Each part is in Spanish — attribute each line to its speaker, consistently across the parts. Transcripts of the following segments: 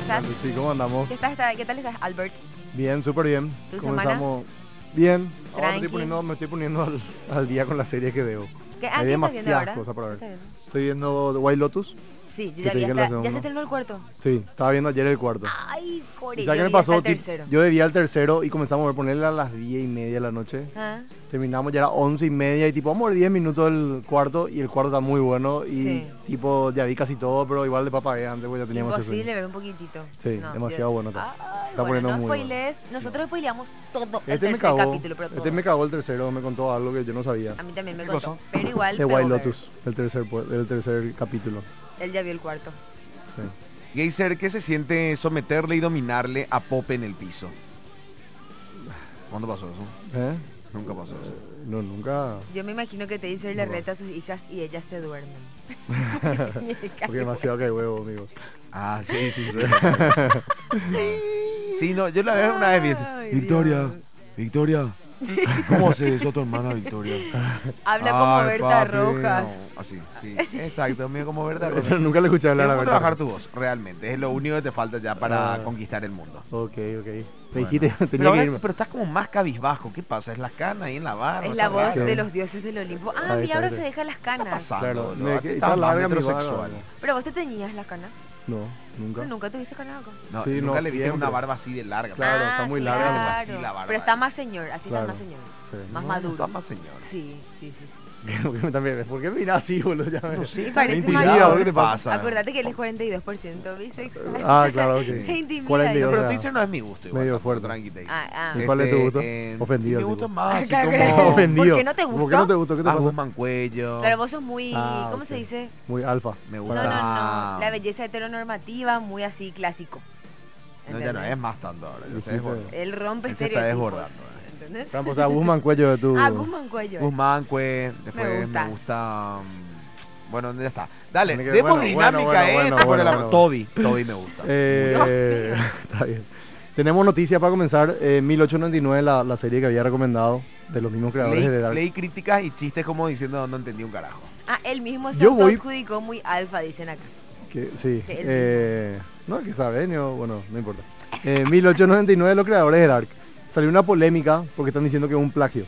Speaker 1: estás?
Speaker 2: Luchi, ¿cómo andamos?
Speaker 1: ¿Qué, estás, está- ¿Qué tal estás, Albert?
Speaker 2: Bien, súper bien.
Speaker 1: ¿Tu
Speaker 2: Comenzamos bien. Ahora me
Speaker 1: Tranqui.
Speaker 2: estoy poniendo, me estoy poniendo al, al día con la serie que veo.
Speaker 1: ¿Qué, ah, ¿qué estás
Speaker 2: Hay
Speaker 1: viendo
Speaker 2: demasiadas
Speaker 1: ahora?
Speaker 2: cosas para
Speaker 1: ¿Qué
Speaker 2: ver.
Speaker 1: estás viendo?
Speaker 2: Estoy viendo The White Lotus.
Speaker 1: Sí, yo
Speaker 2: Que
Speaker 1: ya
Speaker 2: te
Speaker 1: vi
Speaker 2: dije
Speaker 1: hasta-
Speaker 2: la segunda.
Speaker 1: Ya se terminó el cuarto.
Speaker 2: Sí, estaba viendo ayer el cuarto.
Speaker 1: Ay,
Speaker 2: ¿Y
Speaker 1: joder.
Speaker 2: sabes
Speaker 1: yo
Speaker 2: qué me
Speaker 1: vi hasta
Speaker 2: pasó?
Speaker 1: el
Speaker 2: Tip-
Speaker 1: tercero.
Speaker 2: Yo debía al tercero y comenzamos a ver ponerla a las 10 y media de la noche.
Speaker 1: Ah,
Speaker 2: Terminamos ya a las 11 y media y tipo, vamos a ver 10 minutos del cuarto y el cuarto está muy bueno y
Speaker 1: Sí.
Speaker 2: tipo, ya vi casi todo, pero igual de papagué antes porque ya teníamos ese sueño.
Speaker 1: Imposible ver un poquitito.
Speaker 2: Sí, demasiado bueno está.
Speaker 1: Ay,
Speaker 2: Está
Speaker 1: bueno,
Speaker 2: poniendo
Speaker 1: no
Speaker 2: muy bueno.
Speaker 1: spoilees. Nosotros spoileamos todo el
Speaker 2: Este me
Speaker 1: tercer
Speaker 2: cagó,
Speaker 1: capítulo, pero
Speaker 2: este
Speaker 1: todo.
Speaker 2: me cagó el tercero, me contó algo que yo no sabía.
Speaker 1: A mí también me
Speaker 3: ¿Qué
Speaker 1: contó.
Speaker 3: cosa?
Speaker 1: Pero igual,
Speaker 2: De
Speaker 1: pego
Speaker 2: White
Speaker 1: ver.
Speaker 2: Lotus, del tercer, pu- del tercer capítulo.
Speaker 1: Él ya vio el cuarto.
Speaker 2: Sí.
Speaker 3: Geyser, ¿qué se siente someterle y dominarle a Pope en el piso? ¿Cuándo pasó eso?
Speaker 2: ¿Eh?
Speaker 3: Nunca pasó eso.
Speaker 2: No, nunca.
Speaker 1: Yo me imagino que te dice le
Speaker 2: No.
Speaker 1: reta a sus hijas y ellas se duermen.
Speaker 2: Porque demasiado que huevo, amigo.
Speaker 3: Ah, sí, sí, sí. sí, no, yo la veo una vez.
Speaker 1: Ay,
Speaker 3: bien.
Speaker 1: Dios.
Speaker 3: Victoria, Victoria. ¿Cómo se eso tu hermana Victoria?
Speaker 1: Habla como
Speaker 3: Ay,
Speaker 1: Berta
Speaker 3: papi,
Speaker 1: Rojas.
Speaker 3: no. Así, sí. Exacto, mío como Berta Rojas.
Speaker 2: Pero nunca le escuché
Speaker 3: Tienes
Speaker 2: hablar a
Speaker 3: que
Speaker 2: Berta.
Speaker 3: trabajar tu voz, realmente. Es lo único que te falta ya para
Speaker 2: Ah.
Speaker 3: conquistar el mundo.
Speaker 2: Ok, ok. Me
Speaker 3: Bueno.
Speaker 2: dijiste, tenía
Speaker 3: Pero,
Speaker 2: que
Speaker 3: ahora-
Speaker 2: irme.
Speaker 3: pero estás como más cabizbajo. ¿Qué pasa? Es las canas ahí en la barra.
Speaker 1: Es la
Speaker 3: está
Speaker 1: voz
Speaker 3: raro.
Speaker 1: de los dioses del Olimpo. Ah,
Speaker 2: Ahí
Speaker 1: mira,
Speaker 2: está,
Speaker 1: ahora
Speaker 2: ahí
Speaker 1: se
Speaker 2: está.
Speaker 1: deja las
Speaker 3: ¿Qué está
Speaker 1: canas.
Speaker 3: pasando,
Speaker 2: Claro,
Speaker 3: boludo?
Speaker 2: me-
Speaker 3: Antes
Speaker 2: está
Speaker 3: estabas más
Speaker 2: larga mi barba,
Speaker 3: heterosexual.
Speaker 2: boludo.
Speaker 1: Pero vos te teñías las canas.
Speaker 2: No, nunca.
Speaker 1: Pero nunca tuviste canas acá.
Speaker 3: No,
Speaker 2: Sí,
Speaker 3: nunca
Speaker 2: no,
Speaker 3: le viste
Speaker 2: siempre.
Speaker 3: una barba así de larga.
Speaker 2: Claro,
Speaker 1: Ah,
Speaker 2: está muy larga,
Speaker 3: como así la barba.
Speaker 1: Pero está más señor, así
Speaker 2: Claro,
Speaker 1: está más señor.
Speaker 2: sí.
Speaker 1: Más
Speaker 3: No,
Speaker 1: maduro.
Speaker 3: Está más señor.
Speaker 1: Sí, sí, sí. sí.
Speaker 2: ¿Por qué me también- ¿Por qué me miras así, boludo? Ya me,
Speaker 3: No sé,
Speaker 2: me
Speaker 1: parece
Speaker 2: intimida,
Speaker 1: mayor.
Speaker 2: boludo, ¿qué te pasa?
Speaker 1: Acordate que él es 42% bisexual.
Speaker 2: Ah, claro, ok.
Speaker 1: Te intimida.
Speaker 2: 42.
Speaker 3: No,
Speaker 1: yo.
Speaker 3: pero
Speaker 2: O sea,
Speaker 3: Taser no es mi gusto. Igual,
Speaker 2: medio
Speaker 3: tampoco,
Speaker 2: fuerte.
Speaker 3: Tranqui, Taser.
Speaker 1: Ah, ah.
Speaker 2: ¿Y cuál es tu gusto?
Speaker 3: eh,
Speaker 2: Ofendido,
Speaker 3: Mi
Speaker 2: tipo.
Speaker 3: gusto es más así
Speaker 1: Claro.
Speaker 3: como...
Speaker 2: Ofendido.
Speaker 1: ¿Por qué no te
Speaker 2: ¿Por qué no
Speaker 1: gustó?
Speaker 2: te gustó? ¿Qué te
Speaker 3: Ah,
Speaker 2: pasó?
Speaker 3: Guzmán Cuello.
Speaker 1: Claro, vos sos muy,
Speaker 2: Ah,
Speaker 1: ¿cómo
Speaker 2: ok.
Speaker 1: se dice?
Speaker 2: Muy alfa.
Speaker 3: Me
Speaker 1: No,
Speaker 3: gusta.
Speaker 1: no,
Speaker 3: Ah.
Speaker 1: no. La belleza heteronormativa, muy así clásico.
Speaker 3: No, ya no
Speaker 1: ¿Entendés?
Speaker 3: es más tanto ahora. Ya se
Speaker 2: Dijiste-
Speaker 3: desbordó.
Speaker 1: Él rompe
Speaker 3: Él se está
Speaker 1: estereotipos.
Speaker 3: desbordando, eh.
Speaker 1: ¿Entendés?
Speaker 2: Campo, o sea, Guzmán Cuello de tu...
Speaker 1: Ah, Guzmán Cuello. eh.
Speaker 3: Guzmán, Cue, después
Speaker 1: gusta.
Speaker 3: me gusta. mm, bueno, ya está. Dale,
Speaker 2: Tiene que-
Speaker 3: demos
Speaker 2: bueno,
Speaker 3: dinámica
Speaker 2: bueno, bueno,
Speaker 3: eh,
Speaker 2: bueno,
Speaker 3: por
Speaker 2: bueno,
Speaker 3: el amor-
Speaker 2: bueno.
Speaker 3: Toby, Toby me gusta.
Speaker 2: Eh, está bien. Tenemos noticias para comenzar. Eh, 1899, la, la serie que había recomendado de los mismos creadores
Speaker 3: leí,
Speaker 2: de Dark.
Speaker 3: leí críticas y chistes como diciendo no entendí un carajo.
Speaker 1: Ah, él mismo se
Speaker 2: Yo voy-
Speaker 1: adjudicó muy alfa, dicen acá.
Speaker 2: que- sí.
Speaker 1: que él
Speaker 2: eh, no, que saben, yo- bueno, no importa. Eh, 1899, los creadores de Dark. Salió una polémica porque están diciendo que es un plagio.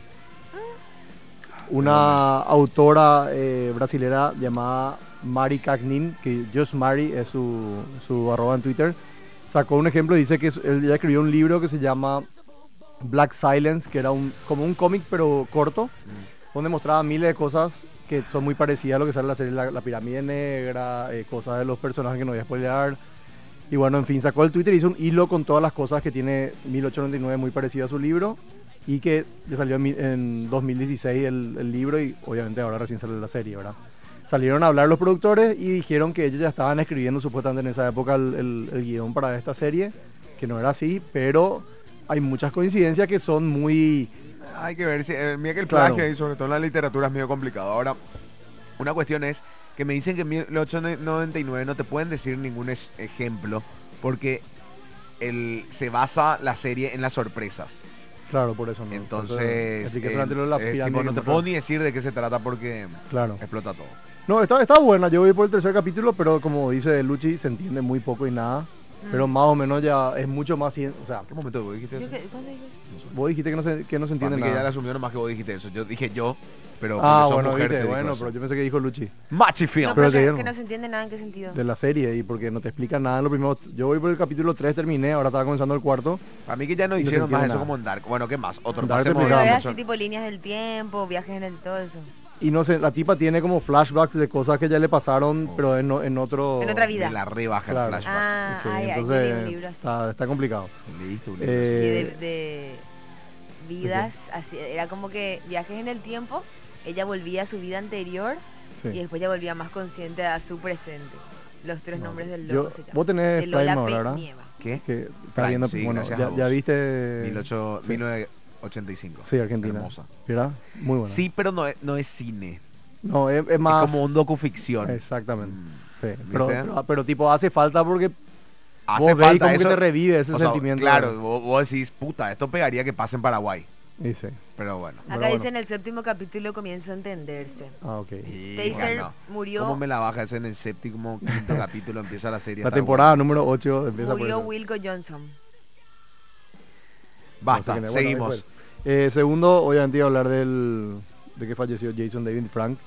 Speaker 2: Una autora eh, brasilera llamada Mari Cagnin, que Just Mari es su, su arroba en Twitter, sacó un ejemplo y dice que es- ella escribió un libro que se llama Black Silence, que era un, como un cómic pero corto, donde mostraba miles de cosas que son muy parecidas a lo que sale en la serie La, La Pirámide Negra, eh, cosas de los personajes que no voy a spoilear. Y bueno, en fin, sacó el Twitter y hizo un hilo con todas las cosas que tiene 1899 muy parecido a su libro y que le salió en, mi- en 2016 el, el libro y obviamente ahora recién sale la serie, ¿verdad? Salieron a hablar los productores y dijeron que ellos ya estaban escribiendo supuestamente en esa época el, el- el guión para esta serie, que no era así, pero hay muchas coincidencias que son muy...
Speaker 3: Hay que ver si. eh, mira que el
Speaker 2: Claro.
Speaker 3: plagio ahí, sobre todo en la literatura, es medio complicado. Ahora, una cuestión es que me dicen que en 1899 no te pueden decir ningún es- ejemplo porque el, se basa la serie en las sorpresas.
Speaker 2: Claro, por eso no.
Speaker 3: Entonces,
Speaker 2: Así que
Speaker 3: eh,
Speaker 2: solamente lo de la
Speaker 3: eh, tipo,
Speaker 2: pirámide
Speaker 3: no
Speaker 2: que
Speaker 3: te
Speaker 2: mostraron.
Speaker 3: puedo ni Eh. decir de qué se trata porque
Speaker 2: Claro.
Speaker 3: explota todo.
Speaker 2: No, está, está buena. Yo voy por el tercer capítulo, pero como dice Luchi, se entiende muy poco y nada.
Speaker 1: Mm.
Speaker 2: Pero más o menos ya es mucho más... cien- O sea,
Speaker 3: ¿Qué momento vos dijiste
Speaker 1: Yo
Speaker 3: eso?
Speaker 1: que- ¿cuándo digo eso?
Speaker 2: vos dijiste que no se, que no se
Speaker 3: Para
Speaker 2: entiende
Speaker 3: mí que ya le
Speaker 2: nada.
Speaker 3: asumieron más que vos dijiste eso. Yo dije yo, pero porque
Speaker 2: Ah,
Speaker 3: sos
Speaker 2: bueno,
Speaker 3: mujer
Speaker 2: viste,
Speaker 3: te digo
Speaker 2: bueno,
Speaker 3: eso.
Speaker 2: pero yo pensé que dijo Luchi.
Speaker 3: Machi Film.
Speaker 1: No,
Speaker 2: Pero
Speaker 1: pero
Speaker 2: te
Speaker 1: que,
Speaker 2: digo.
Speaker 1: que no se entiende nada en qué sentido.
Speaker 2: de la serie y porque no te explica nada en lo primero. Yo voy por el capítulo 3, terminé, ahora estaba comenzando el cuarto.
Speaker 3: Para mí que ya no
Speaker 2: no se
Speaker 3: hicieron más
Speaker 2: entiende
Speaker 3: eso
Speaker 2: nada.
Speaker 3: como en Dark. Bueno, ¿qué más? Otro
Speaker 2: Dark
Speaker 3: más
Speaker 2: te
Speaker 3: hemos
Speaker 1: Pero
Speaker 2: Digamos,
Speaker 1: es
Speaker 3: hablado
Speaker 1: así
Speaker 3: mucho.
Speaker 1: tipo líneas del tiempo, viajes en el todo eso.
Speaker 2: Y no sé, la tipa tiene como flashbacks de cosas que ya le pasaron, pero en, o- en otro...
Speaker 1: En otra vida.
Speaker 3: Me la rebaja
Speaker 2: Claro.
Speaker 3: el flashback.
Speaker 1: Ah,
Speaker 2: Sí,
Speaker 1: ay, ay, yo leí
Speaker 2: entonces
Speaker 1: un libro así.
Speaker 2: Está, está complicado.
Speaker 3: Listo,
Speaker 1: Sí,
Speaker 3: listo.
Speaker 2: Eh,
Speaker 1: de, de vidas, así, era como que viajes en el tiempo, ella volvía a su vida anterior
Speaker 2: Sí.
Speaker 1: y después ya volvía más consciente a su presente. Los tres
Speaker 2: No,
Speaker 1: nombres del
Speaker 2: yo-
Speaker 1: loco se llaman.
Speaker 2: vos tenés
Speaker 1: de Lola
Speaker 2: Prime ahora,
Speaker 1: P.
Speaker 2: ¿verdad?
Speaker 1: Nieva.
Speaker 3: ¿Qué?
Speaker 2: Que está
Speaker 3: Prime,
Speaker 2: viendo,
Speaker 3: sí,
Speaker 2: bueno,
Speaker 3: gracias a
Speaker 2: ya,
Speaker 3: vos.
Speaker 2: ya viste...
Speaker 3: 18-
Speaker 2: sí.
Speaker 3: 1985.
Speaker 2: Sí, Argentina.
Speaker 3: Hermosa.
Speaker 2: ¿Verdad? Muy bueno.
Speaker 3: Sí, pero no es, no es cine.
Speaker 2: No, es, es más...
Speaker 3: Es como un docuficción.
Speaker 2: Exactamente.
Speaker 3: Mm.
Speaker 2: Sí, pero,
Speaker 3: ¿Viste?
Speaker 2: pero, pero tipo hace falta porque
Speaker 3: Hace
Speaker 2: vos ves y
Speaker 3: falta
Speaker 2: como que
Speaker 3: eso.
Speaker 2: te revive ese
Speaker 3: O sea,
Speaker 2: sentimiento.
Speaker 3: Claro, vos, vos decís, puta, esto pegaría que pase en Paraguay.
Speaker 2: Y sí.
Speaker 3: Pero bueno.
Speaker 2: Ah,
Speaker 1: Acá
Speaker 2: bueno.
Speaker 1: dice en el séptimo capítulo comienza a entenderse.
Speaker 2: Ah, ok.
Speaker 3: Y
Speaker 1: Taser
Speaker 3: bueno,
Speaker 1: murió-
Speaker 3: ¿Cómo me la baja ese en el séptimo, quinto capítulo? Empieza la serie.
Speaker 2: La
Speaker 3: está
Speaker 2: temporada número 8 empieza por
Speaker 1: Murió
Speaker 2: eso.
Speaker 1: Wilco Johnson.
Speaker 3: Basta,
Speaker 2: Así que, bueno,
Speaker 3: seguimos.
Speaker 2: ahí fue. Eh, segundo, obviamente iba a hablar del, de que falleció Jason David Frank,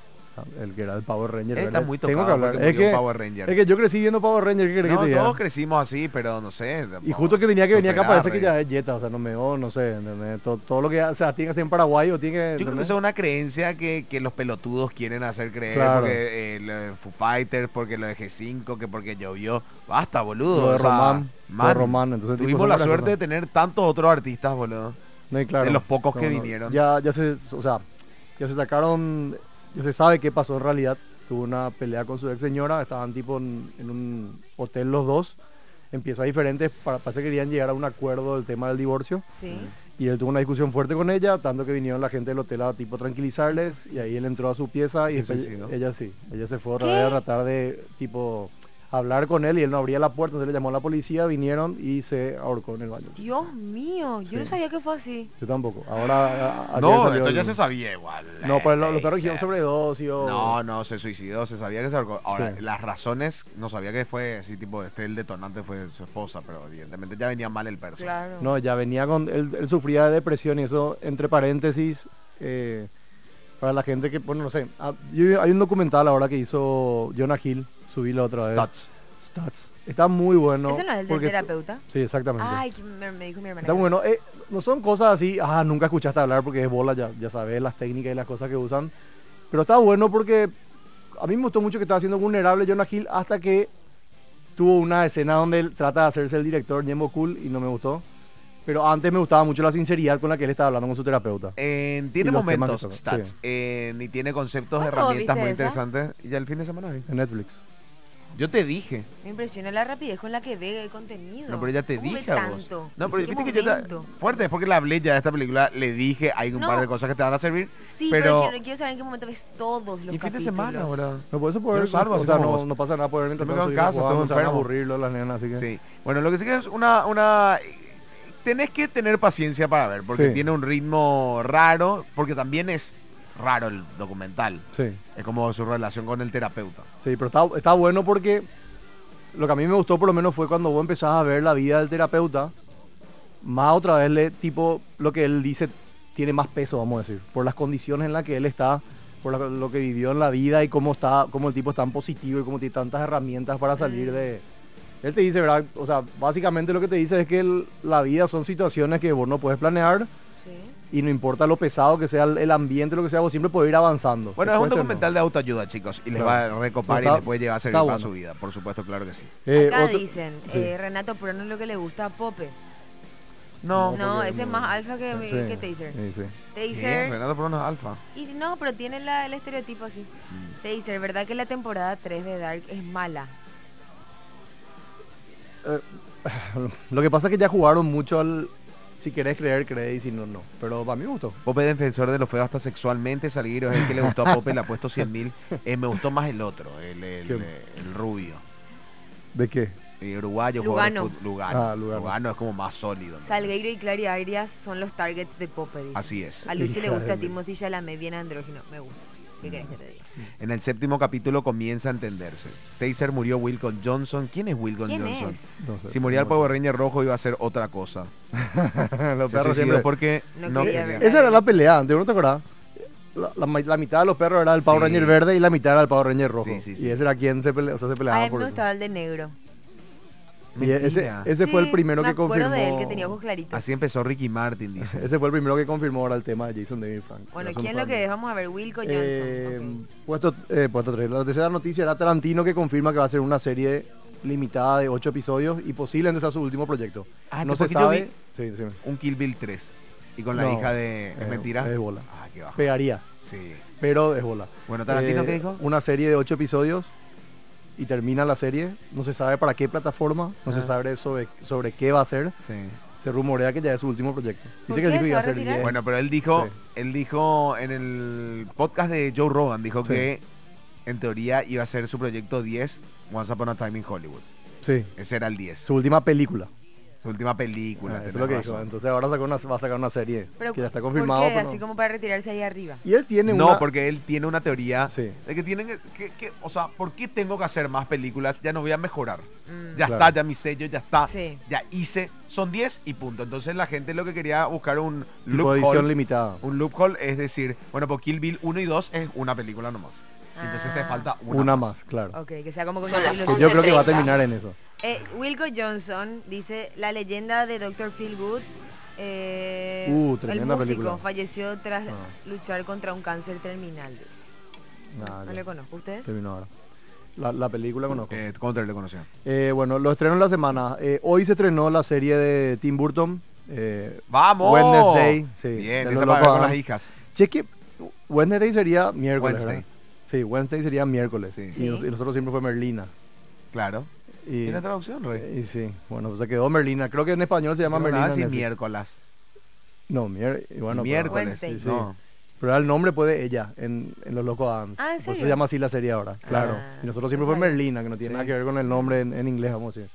Speaker 2: el que era el Power Ranger.
Speaker 3: Él está
Speaker 2: ¿verdad?
Speaker 3: muy
Speaker 2: Tengo que
Speaker 3: tocado
Speaker 2: hablar.
Speaker 3: porque
Speaker 2: Es
Speaker 3: murió
Speaker 2: que,
Speaker 3: un Power Ranger.
Speaker 2: es que yo crecí viendo Power Ranger. ¿qué querés que
Speaker 3: No,
Speaker 2: te diga?
Speaker 3: todos crecimos así, pero no sé.
Speaker 2: Y
Speaker 3: tampoco
Speaker 2: justo que tenía que venir acá
Speaker 3: superar,
Speaker 2: parece que
Speaker 3: eh.
Speaker 2: ya es Jetta, o sea, no me oh, no sé, ¿entendés? Todo, todo lo que o sea, tiene que hacer en Paraguay o tiene que...
Speaker 3: Yo creo que
Speaker 2: ¿entendés?
Speaker 3: esa es una creencia que, que los pelotudos quieren hacer creer
Speaker 2: Claro.
Speaker 3: porque eh, lo de Foo Fighters, porque lo de G5, que porque llovió. Basta, boludo.
Speaker 2: Lo de
Speaker 3: o sea,
Speaker 2: Román, lo de
Speaker 3: man,
Speaker 2: Román, entonces, tipo,
Speaker 3: tuvimos
Speaker 2: son
Speaker 3: la
Speaker 2: varias
Speaker 3: suerte de
Speaker 2: cosas.
Speaker 3: tener tantos otros artistas, boludo.
Speaker 2: No, y claro,
Speaker 3: de los pocos que
Speaker 2: no, no,
Speaker 3: vinieron.
Speaker 2: Ya, ya se, o sea, ya se sacaron, ya se sabe qué pasó en realidad. Tuvo una pelea con su ex señora, estaban tipo en, en un hotel los dos. Empieza diferentes, para, parece que querían llegar a un acuerdo del tema del divorcio.
Speaker 1: Sí.
Speaker 2: Y él tuvo una discusión fuerte con ella, tanto que vinieron la gente del hotel a tipo tranquilizarles y ahí él entró a su pieza y
Speaker 3: Se
Speaker 2: después-
Speaker 3: suicidó.
Speaker 2: ella sí, ella se fue otra
Speaker 1: ¿Qué?
Speaker 2: vez a tratar de tipo hablar con él y él no abría la puerta, entonces le llamó a la policía, vinieron y se ahorcó en el baño.
Speaker 1: Dios mío, yo no
Speaker 2: Sí.
Speaker 1: sabía que fue así.
Speaker 2: Yo tampoco. Ahora a- a- ayer
Speaker 3: No,
Speaker 2: salió
Speaker 3: esto ya
Speaker 2: el-
Speaker 3: se sabía igual.
Speaker 2: No,
Speaker 3: eh,
Speaker 2: pero lo- los perros
Speaker 3: Taser.
Speaker 2: dijeron sobredosis o...
Speaker 3: No, no, se suicidó, se sabía que se ahorcó. Ahora,
Speaker 2: Sí.
Speaker 3: las razones, no sabía que fue así, tipo, este el detonante fue su esposa, pero evidentemente ya venía mal el perro.
Speaker 1: Claro.
Speaker 2: No, ya venía con... Él, él sufría de depresión y eso, entre paréntesis, eh, para la gente que, bueno, no sé. ah, yo- hay un documental ahora que hizo Jonah Hill, subílo otra vez.
Speaker 3: Stats.
Speaker 2: Stats. Está muy bueno.
Speaker 1: ¿Eso no es el del
Speaker 2: porque-
Speaker 1: terapeuta?
Speaker 2: Sí, exactamente.
Speaker 1: Ay, que me, me dijo mi hermana. que-
Speaker 2: Está muy bueno. Eh, no son cosas así, ah, nunca escuchaste hablar porque es bola, ya, ya sabes las técnicas y las cosas que usan. Pero está bueno porque a mí me gustó mucho que estaba siendo vulnerable Jonah Hill hasta que tuvo una escena donde él trata de hacerse el director Nemo Cool y no me gustó. Pero antes me gustaba mucho la sinceridad con la que él estaba hablando con su terapeuta.
Speaker 3: Eh,
Speaker 2: Y
Speaker 3: tiene
Speaker 2: los temas que
Speaker 3: momentos,
Speaker 2: tocan,
Speaker 3: Stats,
Speaker 2: sí.
Speaker 3: eh, y tiene conceptos,
Speaker 1: ¿Cuándo
Speaker 3: herramientas
Speaker 1: viste esa?
Speaker 3: muy interesantes. Y ya el fin de semana vi.
Speaker 2: En Netflix.
Speaker 3: Yo te dije.
Speaker 1: Me impresiona la rapidez con la que ve el contenido.
Speaker 3: No, pero ya te
Speaker 1: ¿Cómo ve
Speaker 3: dije a vos.
Speaker 1: tanto?
Speaker 3: No, pero
Speaker 1: ¿En
Speaker 3: viste
Speaker 1: qué
Speaker 3: que yo te...
Speaker 1: momento?
Speaker 3: Fuerte, es porque la hablé ya de esta película, le dije, hay un
Speaker 1: No.
Speaker 3: par de cosas que te van a servir.
Speaker 1: Sí, pero,
Speaker 3: pero...
Speaker 1: quiero, quiero saber en qué momento ves todos los
Speaker 3: y fin de
Speaker 1: capítulos.
Speaker 3: semana, boludo.
Speaker 2: No, por eso poder,
Speaker 3: Yo salgo
Speaker 2: o
Speaker 3: así
Speaker 2: sea,
Speaker 3: como
Speaker 2: no,
Speaker 3: vos.
Speaker 2: no pasa nada por ver mientras
Speaker 3: Yo me quedo en
Speaker 2: tanto
Speaker 3: casa,
Speaker 2: jugando,
Speaker 3: todo
Speaker 2: no se van a
Speaker 3: enfermo.
Speaker 2: aburrirlo las nenas, así que...
Speaker 3: Sí. Bueno, lo que sí que es una, una... Tenés que tener paciencia para ver, porque
Speaker 2: Sí.
Speaker 3: tiene un ritmo raro, porque también es raro el documental.
Speaker 2: Sí.
Speaker 3: Es como su relación con el terapeuta.
Speaker 2: Sí, pero está, está bueno porque lo que a mí me gustó por lo menos fue cuando vos empezás a ver la vida del terapeuta, más otra vez le, tipo, lo que él dice tiene más peso, vamos a decir, por las condiciones en las que él está, por la- lo que vivió en la vida y cómo está, cómo el tipo es tan positivo y cómo tiene tantas herramientas para salir de. Él te dice, ¿verdad? O sea, básicamente lo que te dice es que el- la vida son situaciones que vos no puedes planear
Speaker 1: Sí.
Speaker 2: y no importa lo pesado que sea el, el ambiente, lo que sea, vos siempre puedes ir avanzando.
Speaker 3: Bueno,
Speaker 2: Te
Speaker 3: es un
Speaker 2: cueste o no.
Speaker 3: documental de autoayuda, chicos, y les
Speaker 2: Claro.
Speaker 3: va a recopar
Speaker 2: Está-
Speaker 3: y les puede llevar a servir
Speaker 2: está
Speaker 3: para
Speaker 2: bueno.
Speaker 3: su vida, por supuesto, claro que sí.
Speaker 2: Eh,
Speaker 1: Acá
Speaker 2: otro-
Speaker 1: dicen,
Speaker 2: sí.
Speaker 1: eh, Renato Prono es lo que le gusta a Pope.
Speaker 2: No,
Speaker 1: No,
Speaker 2: porque
Speaker 1: ese
Speaker 2: no-
Speaker 1: es más alfa que,
Speaker 2: Sí,
Speaker 1: que Taser.
Speaker 2: sí, sí.
Speaker 3: Bien,
Speaker 1: Taser.
Speaker 3: Renato Prono es alfa.
Speaker 1: Y no, pero tiene la- el estereotipo así.
Speaker 3: Mm.
Speaker 1: Taser, ¿verdad que la temporada 3 de Dark es mala?
Speaker 2: Lo que pasa es que ya jugaron mucho al... Si querés creer, crees y si no, no. Pero para mí me gustó.
Speaker 3: Pope defensor de lo feo hasta sexualmente, salir es el que le gustó a Pope, le ha puesto 100 mil. eh, me gustó más el otro, el, el-
Speaker 2: ¿Quién?
Speaker 3: el rubio.
Speaker 2: ¿De qué?
Speaker 3: El uruguayo jugador de
Speaker 1: Lugano.
Speaker 3: fut- Lugano.
Speaker 2: Ah, Lugano.
Speaker 3: es como más sólido. ¿no?
Speaker 1: Salgueiro y Clary Arias son los targets de Pope. dice.
Speaker 3: Así es.
Speaker 1: A Luchi le
Speaker 2: Hija de
Speaker 1: gusta
Speaker 2: mí.
Speaker 1: Timothy Chalamet, bien andrógino. Me gusta.
Speaker 3: Mm.
Speaker 1: ¿Qué querés que te diga?
Speaker 3: En el séptimo capítulo comienza a entenderse. Taser murió Wilcon Johnson. ¿Quién es Wilcon
Speaker 1: ¿Quién
Speaker 3: Johnson?
Speaker 1: es?
Speaker 2: No sé.
Speaker 3: Si moría el Power Ranger rojo iba a ser otra cosa.
Speaker 2: los
Speaker 3: Se
Speaker 2: perros
Speaker 3: suicidó
Speaker 2: siempre...
Speaker 3: porque
Speaker 1: No
Speaker 3: no,
Speaker 1: quería
Speaker 3: quería.
Speaker 1: ver.
Speaker 2: Esa era la pelea antes, ¿no te acordás? La, la ma- la mitad de los perros era el Power
Speaker 3: Sí.
Speaker 2: Ranger verde y la mitad era el Power Ranger rojo.
Speaker 3: Sí, sí, sí.
Speaker 2: Y ese era quien se, pelea, o sea, se peleaba
Speaker 1: A mí
Speaker 2: por
Speaker 1: me
Speaker 2: eso.
Speaker 1: gustaba el de negro.
Speaker 2: Y
Speaker 3: Mentira.
Speaker 2: ese, ese fue el
Speaker 1: Sí,
Speaker 2: primero que confirmó...
Speaker 1: Me acuerdo de él, que tenía ojos claritos.
Speaker 3: Así empezó Ricky Martin, dice.
Speaker 2: Ese fue el primero que confirmó ahora el tema de Jason David Frank.
Speaker 1: Bueno,
Speaker 2: Jason
Speaker 1: ¿quién lo
Speaker 2: Frank.
Speaker 1: que es? Vamos a ver, Wilco Johnson.
Speaker 2: Eh,
Speaker 1: ok.
Speaker 2: puesto, eh, puesto 3. La tercera noticia era Tarantino que confirma que va a ser una serie limitada de 8 episodios y posiblemente sea su último proyecto.
Speaker 3: Ah,
Speaker 2: no
Speaker 3: tipo
Speaker 2: se
Speaker 3: que yo
Speaker 2: sabe. Sí, sí.
Speaker 3: Un Kill Bill 3. Y con
Speaker 2: No,
Speaker 3: la hija de. ¿Es
Speaker 2: eh,
Speaker 3: mentira?
Speaker 2: es bola.
Speaker 3: Ah, qué bajo.
Speaker 2: Pegaría,
Speaker 3: Sí.
Speaker 2: pero es bola. Eh,
Speaker 3: Bueno, Tarantino, ¿qué dijo?
Speaker 2: Una serie de 8 episodios y termina la serie. No se sabe para qué plataforma, no se
Speaker 3: Ah.
Speaker 2: sabe sobre, sobre qué va a ser.
Speaker 3: Sí.
Speaker 2: Se rumorea que ya es su último proyecto.
Speaker 1: ¿Por
Speaker 2: Dice
Speaker 1: qué?
Speaker 2: que dijo que
Speaker 1: ¿Se
Speaker 2: iba
Speaker 1: va
Speaker 2: a
Speaker 1: a
Speaker 2: ser
Speaker 1: retirar?
Speaker 2: 10.
Speaker 3: Bueno, pero él dijo,
Speaker 2: Sí.
Speaker 3: él dijo en el podcast de Joe Rogan, dijo
Speaker 2: Sí.
Speaker 3: que en teoría iba a ser su proyecto 10, Once Upon a Time in Hollywood.
Speaker 2: Sí,
Speaker 3: Ese era el 10.
Speaker 2: su última película.
Speaker 3: Su última película.
Speaker 2: Ah, eso es
Speaker 3: tenés
Speaker 2: lo que dijo.
Speaker 3: razón.
Speaker 2: Entonces ahora sacó una- va a sacar una serie
Speaker 1: Pero,
Speaker 2: que ya está
Speaker 1: ¿por
Speaker 2: confirmado.
Speaker 1: qué?
Speaker 2: pero
Speaker 1: Así
Speaker 2: no-
Speaker 1: como para retirarse ahí arriba.
Speaker 2: Y él tiene
Speaker 3: No,
Speaker 2: una-
Speaker 3: porque él tiene una teoría
Speaker 2: Sí.
Speaker 3: de que tienen que, que- que- o sea, ¿por qué tengo que hacer más películas? Ya no voy a mejorar.
Speaker 1: Mm.
Speaker 3: Ya
Speaker 2: Claro.
Speaker 3: está, ya mi sello, ya está,
Speaker 1: Sí.
Speaker 3: ya hice, son 10 y punto. Entonces la gente lo que quería buscar un
Speaker 2: tipo edición
Speaker 3: loophole,
Speaker 2: limitada.
Speaker 3: un loophole, es decir, bueno, pues Kill Bill 1 y 2 es una película nomás.
Speaker 1: Ah.
Speaker 3: Entonces te falta
Speaker 2: Una,
Speaker 3: una,
Speaker 2: más. claro.
Speaker 1: Ok, que sea como que
Speaker 4: Son
Speaker 1: una
Speaker 4: las
Speaker 2: Que
Speaker 1: trilogía.
Speaker 2: yo creo que va a
Speaker 4: 11:30.
Speaker 2: terminar en eso.
Speaker 1: Eh, Wilco Johnson dice la leyenda de Dr. Feelgood. Eh,
Speaker 2: Uh,
Speaker 1: el
Speaker 2: tremenda
Speaker 1: músico
Speaker 2: película.
Speaker 1: falleció tras
Speaker 2: Ah.
Speaker 1: luchar contra un cáncer terminal.
Speaker 2: Nah,
Speaker 1: no
Speaker 2: ya.
Speaker 1: le conozco. ¿Ustedes?
Speaker 2: Terminó ahora. La, la película conozco.
Speaker 3: Eh, Contra le conocían.
Speaker 2: Eh, bueno, los estrenos de la semana. Eh, hoy se estrenó la serie de Tim Burton. eh,
Speaker 3: ¡Vamos!
Speaker 2: Wednesday. Sí,
Speaker 3: Bien,
Speaker 2: de
Speaker 3: esa
Speaker 2: los
Speaker 3: para ver
Speaker 2: locos
Speaker 3: con las
Speaker 2: Adams.
Speaker 3: hijas.
Speaker 2: Cheque, Wednesday sería miércoles.
Speaker 3: Wednesday.
Speaker 2: ¿verdad? Sí, Wednesday sería miércoles.
Speaker 3: Sí.
Speaker 2: Y
Speaker 1: Sí.
Speaker 2: nos- Y, nosotros siempre fue Merlina.
Speaker 3: Claro.
Speaker 2: Y,
Speaker 3: ¿Tiene traducción, Rey?
Speaker 2: y sí, bueno, pues se quedó Merlina. Creo que en español se llama
Speaker 3: Pero
Speaker 2: Merlina.
Speaker 3: nada, sí,
Speaker 2: en Netflix.
Speaker 3: miércoles.
Speaker 2: no, mier- y bueno, pero-
Speaker 3: miércoles.
Speaker 1: Wednesday.
Speaker 2: Sí, sí.
Speaker 3: No.
Speaker 2: Pero era el nombre pues de ella en, en Los Locos Adams.
Speaker 1: Ah, ¿en
Speaker 2: Por eso
Speaker 1: serio?
Speaker 2: se llama así la serie ahora, claro.
Speaker 1: Ah,
Speaker 2: y nosotros siempre
Speaker 1: no
Speaker 2: fue
Speaker 1: sabía.
Speaker 2: Merlina, que no tiene
Speaker 3: Sí.
Speaker 2: nada que ver con el nombre en, en inglés, vamos a decir.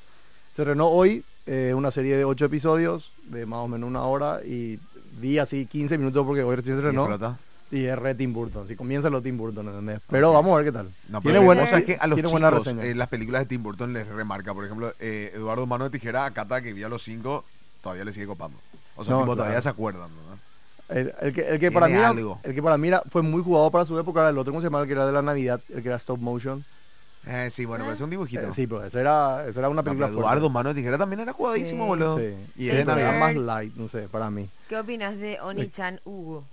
Speaker 2: Se estrenó hoy eh, una serie de ocho episodios de más o menos una hora y vi así 15 minutos porque hoy recién se
Speaker 3: Y
Speaker 2: estrenó
Speaker 3: explota.
Speaker 2: y, es re Tim Burton. Si comienza lo Tim Burton, ¿entendés? Pero
Speaker 3: Ok.
Speaker 2: vamos a ver qué tal.
Speaker 3: No, pero
Speaker 2: tiene
Speaker 3: lo
Speaker 2: buena,
Speaker 3: que pasa es que a los
Speaker 2: tiene buena
Speaker 3: chicos
Speaker 2: reseña.
Speaker 3: eh, las películas de Tim Burton les remarca. Por ejemplo, eh, Eduardo Mano de Tijera, a Cata, que vio a los cinco, todavía le sigue copando. O sea,
Speaker 2: No,
Speaker 3: tipo,
Speaker 2: claro.
Speaker 3: todavía se acuerdan, ¿no?
Speaker 2: El, el que, el que para mí
Speaker 3: Tiene
Speaker 2: era-
Speaker 3: algo.
Speaker 2: el que para mí era- fue muy jugado para su época era el otro, ¿cómo se llamaba? El que era de la Navidad, el que era stop motion.
Speaker 3: Eh, sí, bueno, pero es un dibujito.
Speaker 2: Eh, sí, pero eso era, eso era una
Speaker 3: No, pero
Speaker 2: película fuerte.
Speaker 3: Eduardo Mano de Tijera también era jugadísimo,
Speaker 1: Sí.
Speaker 3: boludo.
Speaker 2: Sí.
Speaker 3: Y
Speaker 1: Sí,
Speaker 3: es de
Speaker 1: pero-
Speaker 2: Era
Speaker 3: Navidad.
Speaker 2: más light, no sé, para mí.
Speaker 1: ¿Qué opinas de Oni-chan Hugo?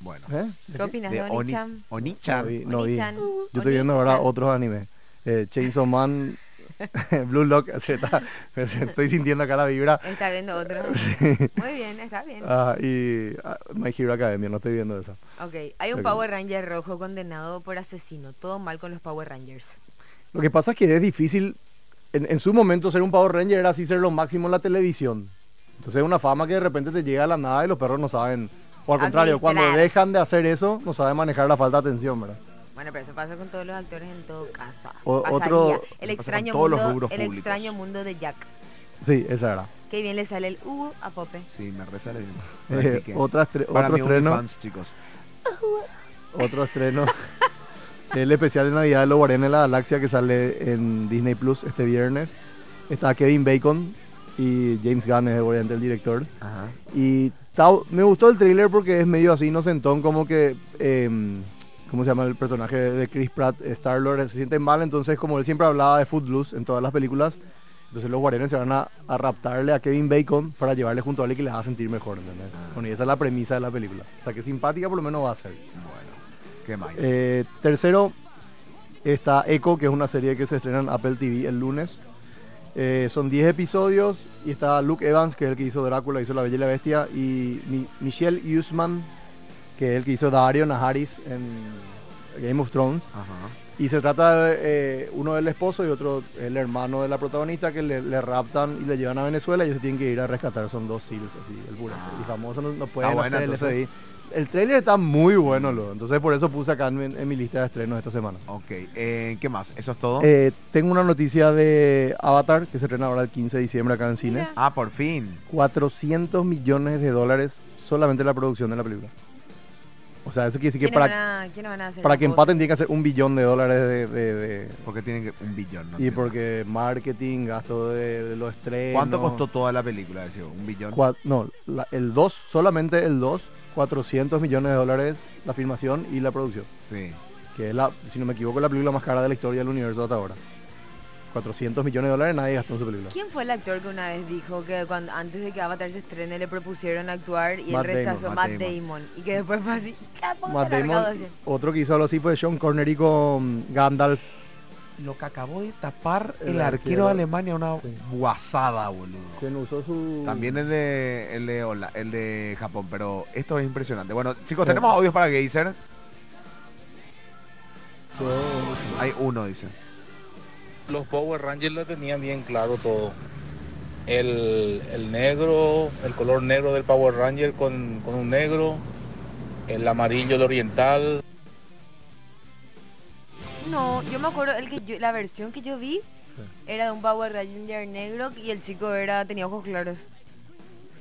Speaker 3: Bueno.
Speaker 2: ¿Eh?
Speaker 1: ¿Qué opinas de,
Speaker 3: De Oni-
Speaker 1: Oni-chan?
Speaker 2: No
Speaker 3: Onichan.
Speaker 2: vi, no vi.
Speaker 1: Oni-chan.
Speaker 2: Yo estoy viendo ahora otros animes. Eh, Chainsaw Man, Blue Lock, se está- me se- estoy sintiendo acá la vibra.
Speaker 1: Está viendo otro. Muy bien, está bien.
Speaker 2: Ah, y ah, My Hero Academia, no estoy viendo esa.
Speaker 1: Ok, hay un
Speaker 2: Ok.
Speaker 1: Power Ranger rojo condenado por asesino. Todo mal con los Power Rangers.
Speaker 2: Lo que pasa es que es difícil. En, en su momento ser un Power Ranger era así ser lo máximo en la televisión. Entonces es una fama que de repente te llega a la nada y los perros no saben. O al contrario, cuando
Speaker 1: Administrar.
Speaker 2: dejan de hacer eso, no saben manejar la falta de atención, ¿verdad?
Speaker 1: Bueno, pero eso pasa con todos los actores en todo caso.
Speaker 2: O-
Speaker 1: Pasaría.
Speaker 2: otro- eso
Speaker 1: el
Speaker 3: con
Speaker 1: extraño
Speaker 3: todos los
Speaker 1: mundo,
Speaker 3: rubros
Speaker 1: el
Speaker 3: públicos.
Speaker 1: extraño mundo de Jack.
Speaker 2: Sí, esa era.
Speaker 1: Qué bien le sale el Hugo a Pope.
Speaker 3: Sí, me resale bien.
Speaker 2: Eh,
Speaker 3: Practiqué.
Speaker 2: otra estre-
Speaker 3: Para
Speaker 2: otro
Speaker 3: mí,
Speaker 2: estreno.
Speaker 3: OnlyFans, chicos.
Speaker 2: Otro estreno. el especial de Navidad de los Guardianes de la Galaxia que sale en Disney Plus este viernes. Está Kevin Bacon y James Gunn es obviamente el director.
Speaker 3: Ajá.
Speaker 2: Y está- me gustó el thriller porque es medio así inocentón, como que... em, ¿Cómo se llama el personaje de Chris Pratt? Star-Lord se siente mal, entonces como él siempre hablaba de Footloose en todas las películas, entonces los guardianes se van a, a raptarle a Kevin Bacon para llevarle junto a él y que le va a sentir mejor, ¿entendés? Bueno, y esa es la premisa de la película. O sea que simpática por lo menos va a ser.
Speaker 3: Bueno. ¿Qué más?
Speaker 2: Eh, tercero está Echo, que es una serie que se estrena en Apple TV el lunes. Eh, son 10 episodios y está Luke Evans, que es el que hizo Drácula, hizo La Bella y la Bestia, y Mi- Michelle Usman, que es el que hizo Dario Naharis en Game of Thrones.
Speaker 3: Ajá.
Speaker 2: Y se trata de eh, uno del esposo y otro el hermano de la protagonista que le, le raptan y le llevan a Venezuela y ellos tienen que ir a rescatar. Son dos SEALs, así, el puro. Y famosos no, no pueden
Speaker 3: buena,
Speaker 2: hacer el
Speaker 3: entonces.
Speaker 2: FBI. El trailer está muy bueno, lo. Entonces por eso puse acá en, mi- en mi lista de estrenos esta semana.
Speaker 3: Ok. eh, ¿Qué más? ¿Eso es todo?
Speaker 2: Eh, tengo una noticia de Avatar que se estrena ahora el 15 de diciembre acá en cines.
Speaker 1: Mira.
Speaker 3: Ah, por fin.
Speaker 2: 400 millones de dólares solamente la producción de la película. O sea, eso quiere decir que
Speaker 1: ¿Quiénes,
Speaker 2: para,
Speaker 1: van a, quiénes van a hacer
Speaker 2: para
Speaker 1: la
Speaker 2: que
Speaker 1: voz?
Speaker 2: empaten tiene que hacer un billón de dólares de- de- de,
Speaker 3: Porque tienen que- un billón. no
Speaker 2: Y
Speaker 3: entiendo.
Speaker 2: porque marketing, gasto de, de los estrenos.
Speaker 3: ¿Cuánto costó toda la película? decía? ¿Un billón?
Speaker 2: Cua- no, la- el 2, solamente el 2, 400 millones de dólares la filmación y la producción.
Speaker 3: Sí.
Speaker 2: Que es la, si no me equivoco, la película más cara de la historia del universo hasta ahora. 400 millones de dólares nadie gastó en su película.
Speaker 1: ¿Quién fue el actor que una vez dijo que cuando antes de que Avatar se estrene le propusieron actuar y
Speaker 2: Matt
Speaker 1: él rechazó
Speaker 3: Damon,
Speaker 1: Matt
Speaker 3: Matt
Speaker 1: Damon. Y que después fue así, capo,
Speaker 2: Matt
Speaker 1: te
Speaker 2: Damon,
Speaker 1: largado así.
Speaker 2: otro que hizo algo así fue Sean Connery con Gandalf.
Speaker 3: Lo que acabó de tapar
Speaker 2: El arquero.
Speaker 3: Alemania, una
Speaker 2: Sí.
Speaker 3: guasada, boludo.
Speaker 2: Quien usó su...
Speaker 3: También el de, el, de Hola- el de Japón, pero esto es impresionante. Bueno, chicos, tenemos audios para Geyser. Hay uno, dice.
Speaker 5: los Power Rangers lo tenían bien claro todo. El, el negro, el color negro del Power Ranger con, con un negro, el amarillo el oriental.
Speaker 1: No, yo me acuerdo el que yo- la versión que yo vi Era de un Power Ranger negro y el chico era tenía ojos claros.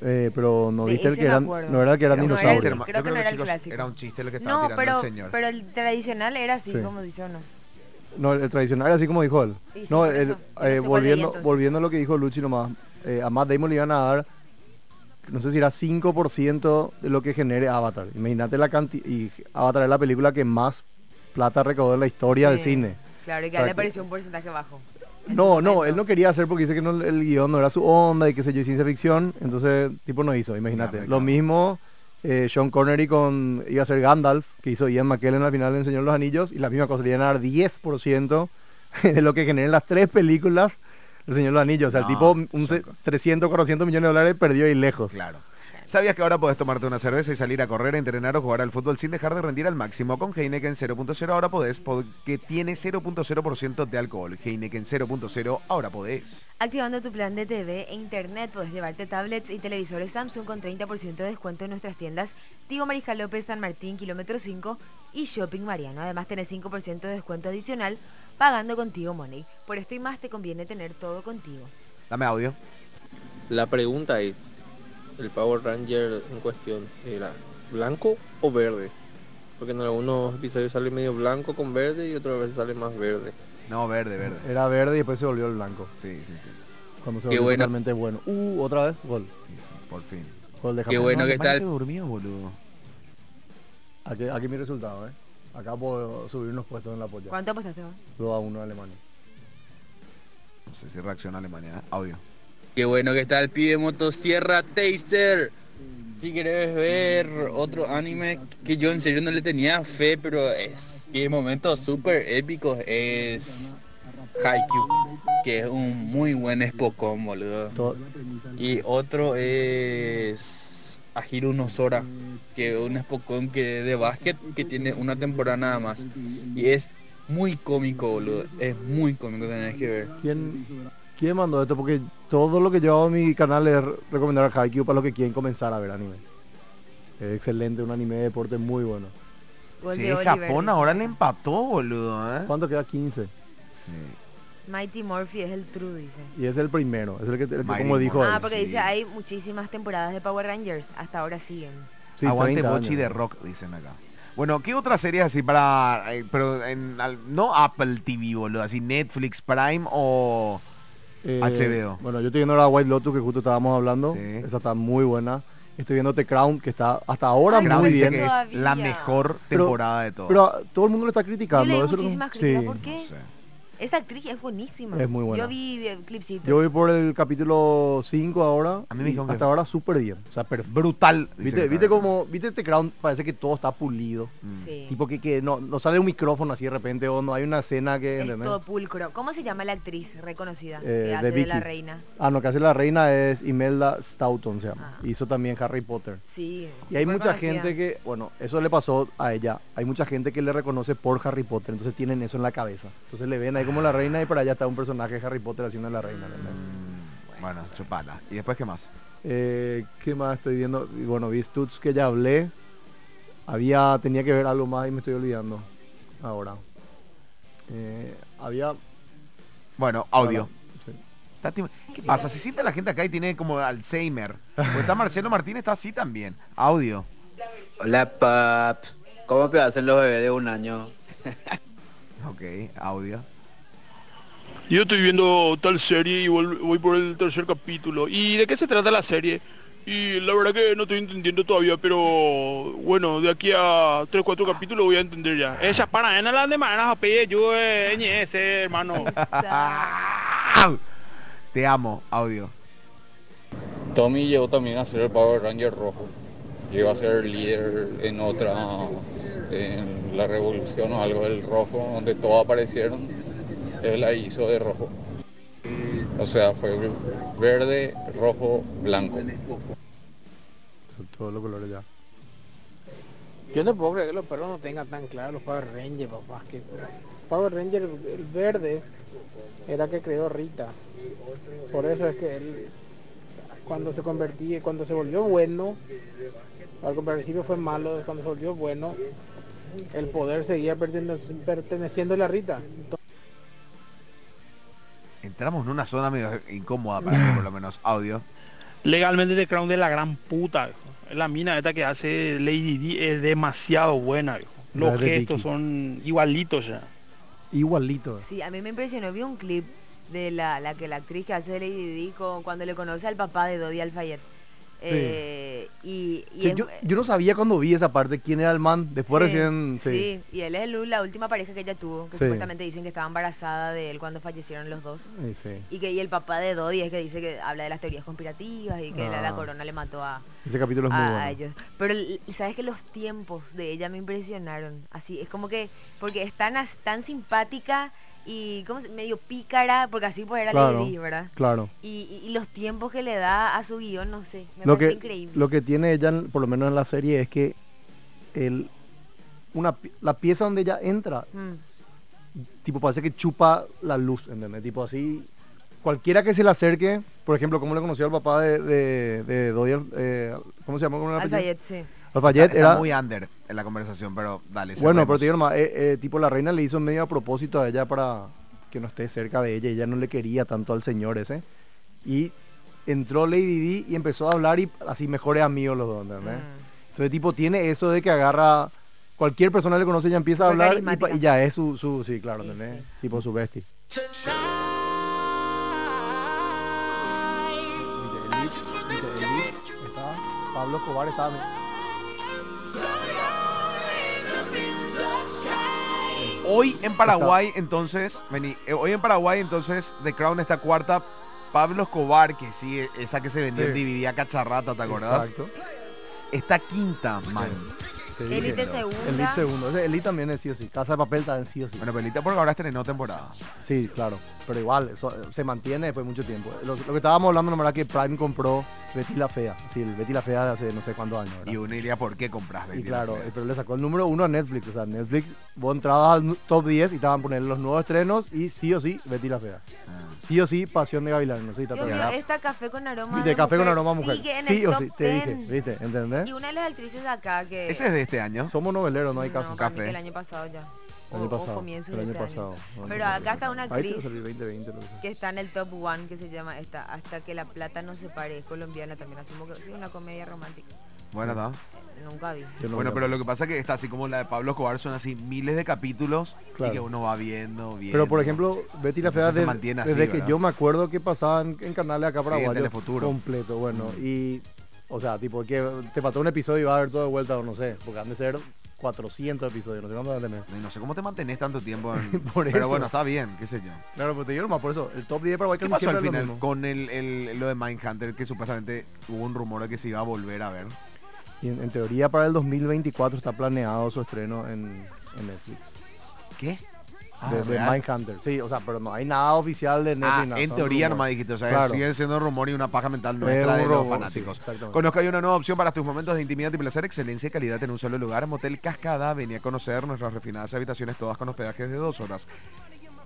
Speaker 2: Eh, pero no
Speaker 1: De
Speaker 2: viste el
Speaker 1: ese
Speaker 2: que
Speaker 1: me
Speaker 2: eran,
Speaker 1: acuerdo.
Speaker 2: no era el que eran
Speaker 1: Pero no era el
Speaker 3: este
Speaker 2: dinosaurios.
Speaker 1: creo que no era el clásico.
Speaker 3: Era un chiste lo que estaba
Speaker 1: No,
Speaker 3: tirando
Speaker 1: pero,
Speaker 3: el señor.
Speaker 1: pero el tradicional era así,
Speaker 2: Sí.
Speaker 1: como dice o no.
Speaker 2: No, el tradicional, así como dijo él.
Speaker 1: Sí, sí,
Speaker 2: no,
Speaker 1: por
Speaker 2: el-
Speaker 1: eso. Yo no sé
Speaker 2: eh,
Speaker 1: cuál leí,
Speaker 2: volviendo,
Speaker 1: entonces.
Speaker 2: volviendo a lo que dijo Luchi nomás, eh, a Matt Damon le iban a dar, no sé si era 5% de lo que genere Avatar. Imagínate la cantidad, y Avatar es la película que más plata recaudó en la historia del
Speaker 1: Sí.
Speaker 2: cine.
Speaker 1: Claro, y que a
Speaker 2: O sea,
Speaker 1: él le
Speaker 2: que-
Speaker 1: pareció un porcentaje bajo. En
Speaker 2: No,
Speaker 1: su
Speaker 2: no,
Speaker 1: momento.
Speaker 2: él no quería hacer porque dice que no, el guión no era su onda y que sé yo, y ciencia ficción, entonces tipo no hizo, imagínate.
Speaker 3: Ya,
Speaker 2: Lo
Speaker 3: claro.
Speaker 2: mismo eh, Sean Connery con iba a ser Gandalf, que hizo Ian McKellen al final de El Señor de los Anillos, y la misma cosa, le iban a dar 10% de lo que generan las tres películas El Señor de los Anillos. O sea, el
Speaker 3: No,
Speaker 2: tipo un
Speaker 3: Sean
Speaker 2: se- 300, 400 millones de dólares perdió ahí lejos.
Speaker 3: Claro. ¿Sabías que ahora podés tomarte una cerveza y salir a correr, entrenar o jugar al fútbol sin dejar de rendir al máximo? Con Heineken 0.0 ahora podés porque tiene 0.0% de alcohol. Heineken 0.0 ahora podés.
Speaker 1: Activando tu plan de TV e internet puedes llevarte tablets y televisores Samsung con 30% de descuento en nuestras tiendas Diego Mariscal López San Martín, kilómetro 5 y Shopping Mariano. Además tenés 5% de descuento adicional pagando contigo Money. Por esto y más te conviene tener todo contigo.
Speaker 3: Dame audio.
Speaker 4: La pregunta es, ¿el Power Ranger en cuestión era blanco o verde? Porque en algunos episodios sale medio blanco con verde y otras veces sale más verde.
Speaker 3: No, verde, verde.
Speaker 2: Era verde y después se volvió el blanco.
Speaker 3: Sí, sí, sí.
Speaker 2: Cuando se
Speaker 6: Qué
Speaker 2: volvió
Speaker 6: bueno.
Speaker 2: totalmente bueno. Uh, otra vez, gol.
Speaker 3: Sí, sí, Por fin.
Speaker 2: Gol de
Speaker 6: Qué
Speaker 2: Japón.
Speaker 6: bueno
Speaker 3: No, Alemania
Speaker 6: que está
Speaker 3: se
Speaker 6: el,
Speaker 3: durmió, boludo.
Speaker 2: Aquí, aquí mi resultado, eh. Acá puedo subir unos puestos en la polla.
Speaker 1: ¿Cuánto apostaste? vos?
Speaker 2: 2 a 1 a Alemania.
Speaker 3: No sé si reacciona Alemania. ¿eh? Audio.
Speaker 6: qué bueno que está el pibe motosierra Taser. Si querés ver otro anime que yo en serio no le tenía fe, pero es que momentos súper épicos es Haikyuu, que es un muy buen Spokon, boludo.
Speaker 2: To-
Speaker 6: Y otro es Ajiru no Sora, que es un espocón que de básquet que tiene una temporada nada más. Y es muy cómico, boludo. Es muy cómico, tenés que ver.
Speaker 2: ¿Quién, quién mandó esto? Porque todo lo que yo hago en mi canal es re- recomendar a Haikyuu para los que quieren comenzar a ver anime. Es excelente, un anime de deporte muy bueno.
Speaker 1: Gol
Speaker 3: Sí,
Speaker 1: de Oliver.
Speaker 3: Japón ahora le empató, boludo. ¿eh?
Speaker 2: ¿Cuánto queda? 15.
Speaker 3: Sí.
Speaker 1: Mighty Murphy es el true, dice.
Speaker 2: Y es el primero. Es el que, el que
Speaker 3: Mighty
Speaker 2: como dijo
Speaker 3: Morphin.
Speaker 1: Ah,
Speaker 2: él.
Speaker 1: porque
Speaker 3: sí.
Speaker 1: dice hay muchísimas temporadas de Power Rangers. Hasta ahora siguen.
Speaker 2: Sí,
Speaker 3: Aguante
Speaker 2: 30
Speaker 3: Bochi
Speaker 2: años.
Speaker 3: de rock, dicen acá. Bueno, ¿qué otras series así para... eh, pero en, al- no Apple TV, boludo, así Netflix, Prime o...
Speaker 2: Eh,
Speaker 3: HBO.
Speaker 2: Bueno, yo estoy viendo la White Lotus que justo estábamos hablando.
Speaker 3: Sí.
Speaker 2: Esa está muy buena. Estoy viendo The Crown que está hasta ahora
Speaker 1: Ay,
Speaker 3: Crown
Speaker 2: muy
Speaker 1: Crown
Speaker 3: dice
Speaker 2: bien.
Speaker 3: que es
Speaker 1: Todavía.
Speaker 3: la mejor
Speaker 2: Pero-
Speaker 3: temporada de todas.
Speaker 2: Pero ah, todo el mundo le está
Speaker 1: Yo
Speaker 2: criticando.
Speaker 1: leí
Speaker 2: eso es lo que-
Speaker 1: muchísimas críticas.
Speaker 2: Sí.
Speaker 1: ¿Por
Speaker 3: No
Speaker 1: qué?
Speaker 3: sé.
Speaker 1: Esa actriz es buenísima.
Speaker 2: Es muy buena.
Speaker 1: Yo vi eh, clipsitos.
Speaker 2: Yo voy por el capítulo 5 ahora.
Speaker 3: A mí me
Speaker 2: y
Speaker 3: dijeron que-
Speaker 2: hasta ahora súper bien. O sea, perfecto.
Speaker 3: Brutal. dice
Speaker 2: Viste,
Speaker 3: que
Speaker 2: viste
Speaker 3: está.
Speaker 2: como, viste este Crown, parece que todo está pulido.
Speaker 3: Mm.
Speaker 1: Sí.
Speaker 2: Tipo que, que no, no sale un micrófono así de repente o no hay una escena que...
Speaker 1: Es
Speaker 2: ¿entendés?
Speaker 1: todo pulcro. ¿Cómo se llama la actriz reconocida
Speaker 2: Eh,
Speaker 1: que
Speaker 2: de
Speaker 1: hace de, la
Speaker 2: Vicky.
Speaker 1: reina?
Speaker 2: Ah, no, que hace la reina es Imelda Stoughton, se llama.
Speaker 1: Ah.
Speaker 2: Hizo también Harry Potter.
Speaker 1: Sí.
Speaker 2: Y hay
Speaker 1: súper
Speaker 2: mucha
Speaker 1: conocida.
Speaker 2: gente que, bueno, eso le pasó a ella. Hay mucha gente que le reconoce por Harry Potter, entonces tienen eso en la cabeza. Entonces le ven ahí como la reina y para allá está un personaje de Harry Potter haciendo de la reina. ¿entendés?
Speaker 3: Mm, Bueno, chupala. ¿Y después qué más?
Speaker 2: Eh, ¿Qué más estoy viendo? Y Bueno, vi Stutz que ya hablé. Había, tenía que ver algo más y me estoy olvidando ahora. Eh, había...
Speaker 3: Bueno, audio.
Speaker 2: Sí.
Speaker 3: Está tim- ¿Qué pasa? Se sienta la gente acá y tiene como Alzheimer. Porque está Marcelo Martínez, está así también. Audio.
Speaker 7: Hola, pap. ¿Cómo te hacen los bebés de un año?
Speaker 3: Ok, audio.
Speaker 8: Yo estoy viendo tal serie y vol- voy por el tercer capítulo. ¿Y de qué se trata la serie? Y la verdad que no estoy entendiendo todavía, pero bueno, de aquí a 3, 4 capítulos voy a entender ya. Esa para en la de maneras a yo eh, ñez, eh, hermano.
Speaker 3: ¡Au! Te amo, audio.
Speaker 5: Tommy llegó también a ser el Power Ranger rojo. Llegó a ser líder en otra, en la revolución o algo del rojo, donde todos aparecieron. Él la hizo de rojo. O sea, fue verde, rojo, blanco.
Speaker 2: Son todos los colores ya.
Speaker 9: Yo no puedo creer que los perros no tengan tan claro los Power Rangers, papá. Que Ah, Power Ranger el verde era que creó Rita. Por eso es que él cuando se convertía, cuando se volvió bueno, al principio fue malo, cuando se volvió bueno, el poder seguía pertene- perteneciendo a la Rita.
Speaker 3: Entramos en una zona medio incómoda para mí, por lo menos audio.
Speaker 8: Legalmente The Crown de la gran puta, viejo. La mina esta que hace Lady D es demasiado buena, viejo.
Speaker 2: La
Speaker 8: Los
Speaker 2: de
Speaker 8: gestos
Speaker 2: Vicky.
Speaker 8: son igualitos ya.
Speaker 2: Igualito.
Speaker 1: Sí, a mí me impresionó. Vi un clip de la, la que la actriz que hace Lady Di con- cuando le conoce al papá de Dodi Alfayet. Eh, y, y
Speaker 2: Che,
Speaker 1: es- eh,
Speaker 2: yo, yo no sabía cuando vi esa parte quién era el man. Después
Speaker 1: Sí,
Speaker 2: recién. Sí.
Speaker 1: sí, y él es el- la última pareja que ella tuvo, que
Speaker 2: Sí.
Speaker 1: supuestamente dicen que estaba embarazada de él cuando fallecieron los dos.
Speaker 2: Eh, sí.
Speaker 1: Y que y el papá de Dodi es que dice que habla de las teorías conspirativas y que la, la
Speaker 2: Ah.
Speaker 1: corona le mató a,
Speaker 2: Ese capítulo es muy
Speaker 1: a-
Speaker 2: bueno.
Speaker 1: a ellos. Pero l- sabes que los tiempos de ella me impresionaron. Así, es como que, porque es tan, as- tan simpática y como medio pícara, porque así pues era
Speaker 2: Claro.
Speaker 1: Lady Di, ¿verdad?
Speaker 2: Claro.
Speaker 1: Y, y- y los tiempos que le da a su guión, no sé, me
Speaker 2: lo
Speaker 1: parece
Speaker 2: que,
Speaker 1: increíble.
Speaker 2: lo que tiene ella, en- por lo menos en la serie, es que el, una, pi- la pieza donde ella entra,
Speaker 1: Mm.
Speaker 2: tipo, parece que chupa la luz, ¿entendés? Tipo así, cualquiera que se le acerque, por ejemplo, como le conoció al papá de, de, de Dodi Al- eh, ¿cómo se llama? ¿Cómo era el apellido?
Speaker 1: Alfayet, sí.
Speaker 2: Alfayet
Speaker 3: Está- está
Speaker 2: era...
Speaker 3: muy under en la conversación, pero dale.
Speaker 2: bueno, pero
Speaker 3: cerremos.
Speaker 2: te digo nomás, eh, eh, tipo, la reina le hizo medio a propósito a ella para que no esté cerca de ella, ella no le quería tanto al señor ese, y entró Lady D y empezó a hablar y así mejores amigos los dos, ¿entendés?
Speaker 1: Mm.
Speaker 2: Entonces, tipo, tiene eso de que agarra. Cualquier persona que le conoce ya empieza a
Speaker 1: Muy
Speaker 2: hablar y pa-
Speaker 1: carismática.
Speaker 2: y, ya es su, su sí, claro,
Speaker 1: Sí,
Speaker 2: ¿entendés?
Speaker 1: sí.
Speaker 2: Tipo su bestie. Pablo Escobar estaba...
Speaker 3: Hoy en Paraguay, entonces, vení, eh, hoy en Paraguay, entonces, The Crown está cuarta. Pablo Escobar, que sí, eh, esa que se vendía
Speaker 2: Sí.
Speaker 3: en DVD a cacharrata, ¿te acordás?
Speaker 2: Exacto.
Speaker 3: Está quinta, man.
Speaker 2: Sí.
Speaker 1: Élite
Speaker 3: Elite
Speaker 1: segunda.
Speaker 2: Elite segundo. Ese Elite también es sí o sí. Casa de papel también sí o sí.
Speaker 3: Bueno, Pelita, porque ahora estrenó temporada.
Speaker 2: Sí, claro. Pero igual, eso, eh, se mantiene después de mucho tiempo. Lo, lo que estábamos hablando, nomás que Prime compró Betty la Fea. Sí, el Betty la Fea de hace no sé cuántos años. ¿verdad?
Speaker 3: Y uno diría, ¿por qué compras
Speaker 2: Y
Speaker 3: 20?
Speaker 2: claro, eh, pero le sacó el número uno a Netflix. O sea, Netflix, vos entrabas al nu- top 10 y estaban poniendo los nuevos estrenos y sí o sí, Betty la Fea.
Speaker 3: Ah.
Speaker 2: Sí o sí, Pasión de Gavilanes. No sé si te
Speaker 1: Dios
Speaker 2: acuerdas.
Speaker 1: mío, esta café con aroma
Speaker 2: Y de café con aroma a mujer.
Speaker 1: sigue en
Speaker 2: Sí
Speaker 1: el
Speaker 2: o
Speaker 1: top
Speaker 2: sí, te dije,
Speaker 1: 10.
Speaker 2: ¿viste? ¿Entendés?
Speaker 1: Y una de las actrices de acá
Speaker 2: eh,
Speaker 1: que...
Speaker 3: Ese es de este año.
Speaker 2: Somos noveleros, no hay
Speaker 1: No,
Speaker 2: caso.
Speaker 1: para mí que
Speaker 3: Café.
Speaker 1: el año pasado ya.
Speaker 2: El año
Speaker 1: O- o
Speaker 2: pasado,
Speaker 1: comienzos
Speaker 2: el
Speaker 1: de
Speaker 2: año
Speaker 1: este
Speaker 2: pasado, el año
Speaker 1: Pero acá está una
Speaker 2: Ahí te
Speaker 1: actriz
Speaker 2: va a salir 2020, lo que sea.
Speaker 1: que está en el top one que se llama esta, Hasta que la plata no se pare, es colombiana también, asumo que sí, una comedia romántica.
Speaker 3: Bueno, está.
Speaker 1: Eh, Nunca vi.
Speaker 2: Yo no
Speaker 3: Bueno,
Speaker 2: veo.
Speaker 3: pero lo que pasa es que está así como la de Pablo Escobar, son así miles de capítulos
Speaker 2: Claro.
Speaker 3: y que uno va viendo, bien.
Speaker 2: Pero, por ejemplo, Betty la
Speaker 3: Entonces
Speaker 2: Fea
Speaker 3: se
Speaker 2: de-
Speaker 3: mantiene así,
Speaker 2: desde que
Speaker 3: ¿verdad?
Speaker 2: yo me acuerdo que pasaban en canales acá
Speaker 3: Sí, en
Speaker 2: paraguayos
Speaker 3: Telefuturo.
Speaker 2: completo, bueno, y o sea, tipo que te faltó un episodio y va a haber todo de vuelta o no sé, porque han de ser 400 episodios, no sé cuántos han de tener.
Speaker 3: No sé cómo te mantenés tanto tiempo. en-
Speaker 2: Por
Speaker 3: pero
Speaker 2: eso.
Speaker 3: bueno, está bien, qué sé yo.
Speaker 2: Claro, pero te digo nomás por eso, el top 10 de Paraguay
Speaker 3: ¿Qué
Speaker 2: casi
Speaker 3: pasó al
Speaker 2: siempre es lo
Speaker 3: final
Speaker 2: mismo.
Speaker 3: con el, el- lo de Mindhunter que supuestamente hubo un rumor de que se iba a volver a ver?
Speaker 2: Y en, en teoría para el 2024 está planeado su estreno en, en Netflix.
Speaker 3: ¿Qué? Ah,
Speaker 2: de, de
Speaker 3: ¿real?
Speaker 2: Mindhunter. Sí, o sea, pero no hay nada oficial de Netflix.
Speaker 3: Ah,
Speaker 2: nada,
Speaker 3: en
Speaker 2: son
Speaker 3: teoría
Speaker 2: rumores.
Speaker 3: nomás dijiste, o sea,
Speaker 2: Claro.
Speaker 3: sigue siendo rumor y una paja mental
Speaker 2: Es
Speaker 3: nuestra
Speaker 2: un
Speaker 3: de los
Speaker 2: robo,
Speaker 3: fanáticos.
Speaker 2: sí, exactamente.
Speaker 3: Conozca hay una nueva opción para tus momentos de intimidad y placer, excelencia y calidad en un solo lugar. Motel Cascada, venía a conocer nuestras refinadas habitaciones, todas con hospedajes de dos horas.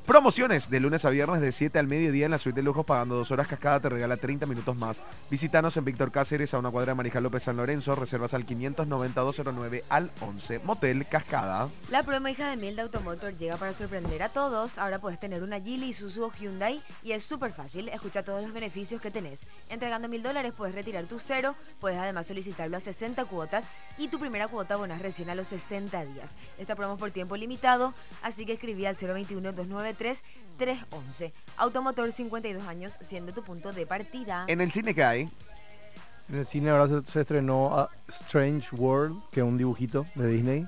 Speaker 3: Promociones de lunes a viernes de 7 al mediodía en la suite de lujos pagando dos horas cascada te regala 30 minutos más. Visítanos en Víctor Cáceres a una cuadra de Marijal López San Lorenzo, reservas al 59209 al 11. Motel Cascada.
Speaker 1: La promo hija de miel de Automotor llega para sorprender a todos. Ahora puedes tener una Geely, Isuzu o Hyundai y es súper fácil. Escucha todos los beneficios que tenés. Entregando mil dólares puedes retirar tu cero, puedes además solicitarlo a 60 cuotas y tu primera cuota abonás recién a los 60 días. Esta promo es por tiempo limitado, así que escribí al 021-293-311. Automotor 52 años siendo tu punto de partida.
Speaker 3: En el cine que hay,
Speaker 2: En el cine ahora se, se estrenó a Strange World, que es un dibujito de Disney.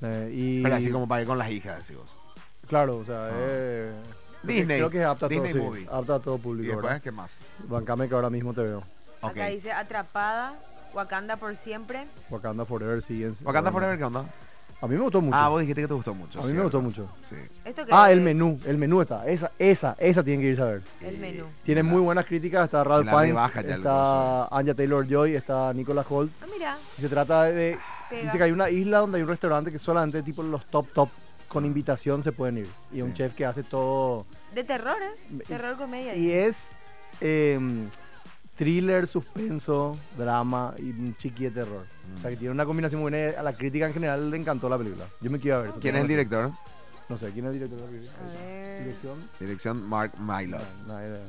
Speaker 2: Eh, y
Speaker 3: pero así como para ir con las hijas, decís vos.
Speaker 2: Claro, o sea, eh, creo que-
Speaker 3: Disney.
Speaker 2: Creo que es apta a
Speaker 3: Disney
Speaker 2: todo, sí,
Speaker 3: Movie.
Speaker 2: apta a todo
Speaker 3: Y
Speaker 2: público.
Speaker 3: después,
Speaker 2: ¿verdad?
Speaker 3: ¿qué más?
Speaker 2: Bancame que ahora mismo te veo.
Speaker 3: Ok.
Speaker 1: Acá dice atrapada, Wakanda por siempre.
Speaker 2: Wakanda Forever siguen.
Speaker 3: Wakanda Forever, ¿qué onda?
Speaker 2: A mí me gustó mucho.
Speaker 3: Ah, vos dijiste que te gustó mucho.
Speaker 2: a mí me gustó
Speaker 3: cierto.
Speaker 2: mucho.
Speaker 3: Sí.
Speaker 1: ¿Esto qué
Speaker 2: Ah, el
Speaker 1: es?
Speaker 2: menú, el menú está. Esa, esa, esa tienen que ir a ver.
Speaker 1: El menú.
Speaker 2: Tiene muy buenas críticas, está Ralph
Speaker 3: Ah. La
Speaker 2: Fiennes,
Speaker 3: rebaja ya el
Speaker 2: está Anya Taylor-Joy, está Nicolas Holt.
Speaker 1: Ah, mira.
Speaker 2: Y se trata de...
Speaker 1: Pega.
Speaker 2: Dice que hay una isla donde hay un restaurante que solamente tipo los top top con invitación se pueden ir. Y un
Speaker 3: Sí.
Speaker 2: chef que hace todo...
Speaker 1: De terror, ¿eh?
Speaker 2: Me-
Speaker 1: Terror comedia.
Speaker 2: Y es em, thriller, suspenso, drama y un chiqui de terror. O sea que tiene una combinación muy buena. A la crítica en general le encantó la película. Yo me quiero ver. esa
Speaker 3: Ah, ¿Quién es el
Speaker 2: película.
Speaker 3: director?
Speaker 2: No sé, ¿quién es el director de la película? Eh,
Speaker 1: A ver. ¿Eh?
Speaker 2: Dirección. Ah,
Speaker 3: Dirección Mark Milo.
Speaker 2: No, era-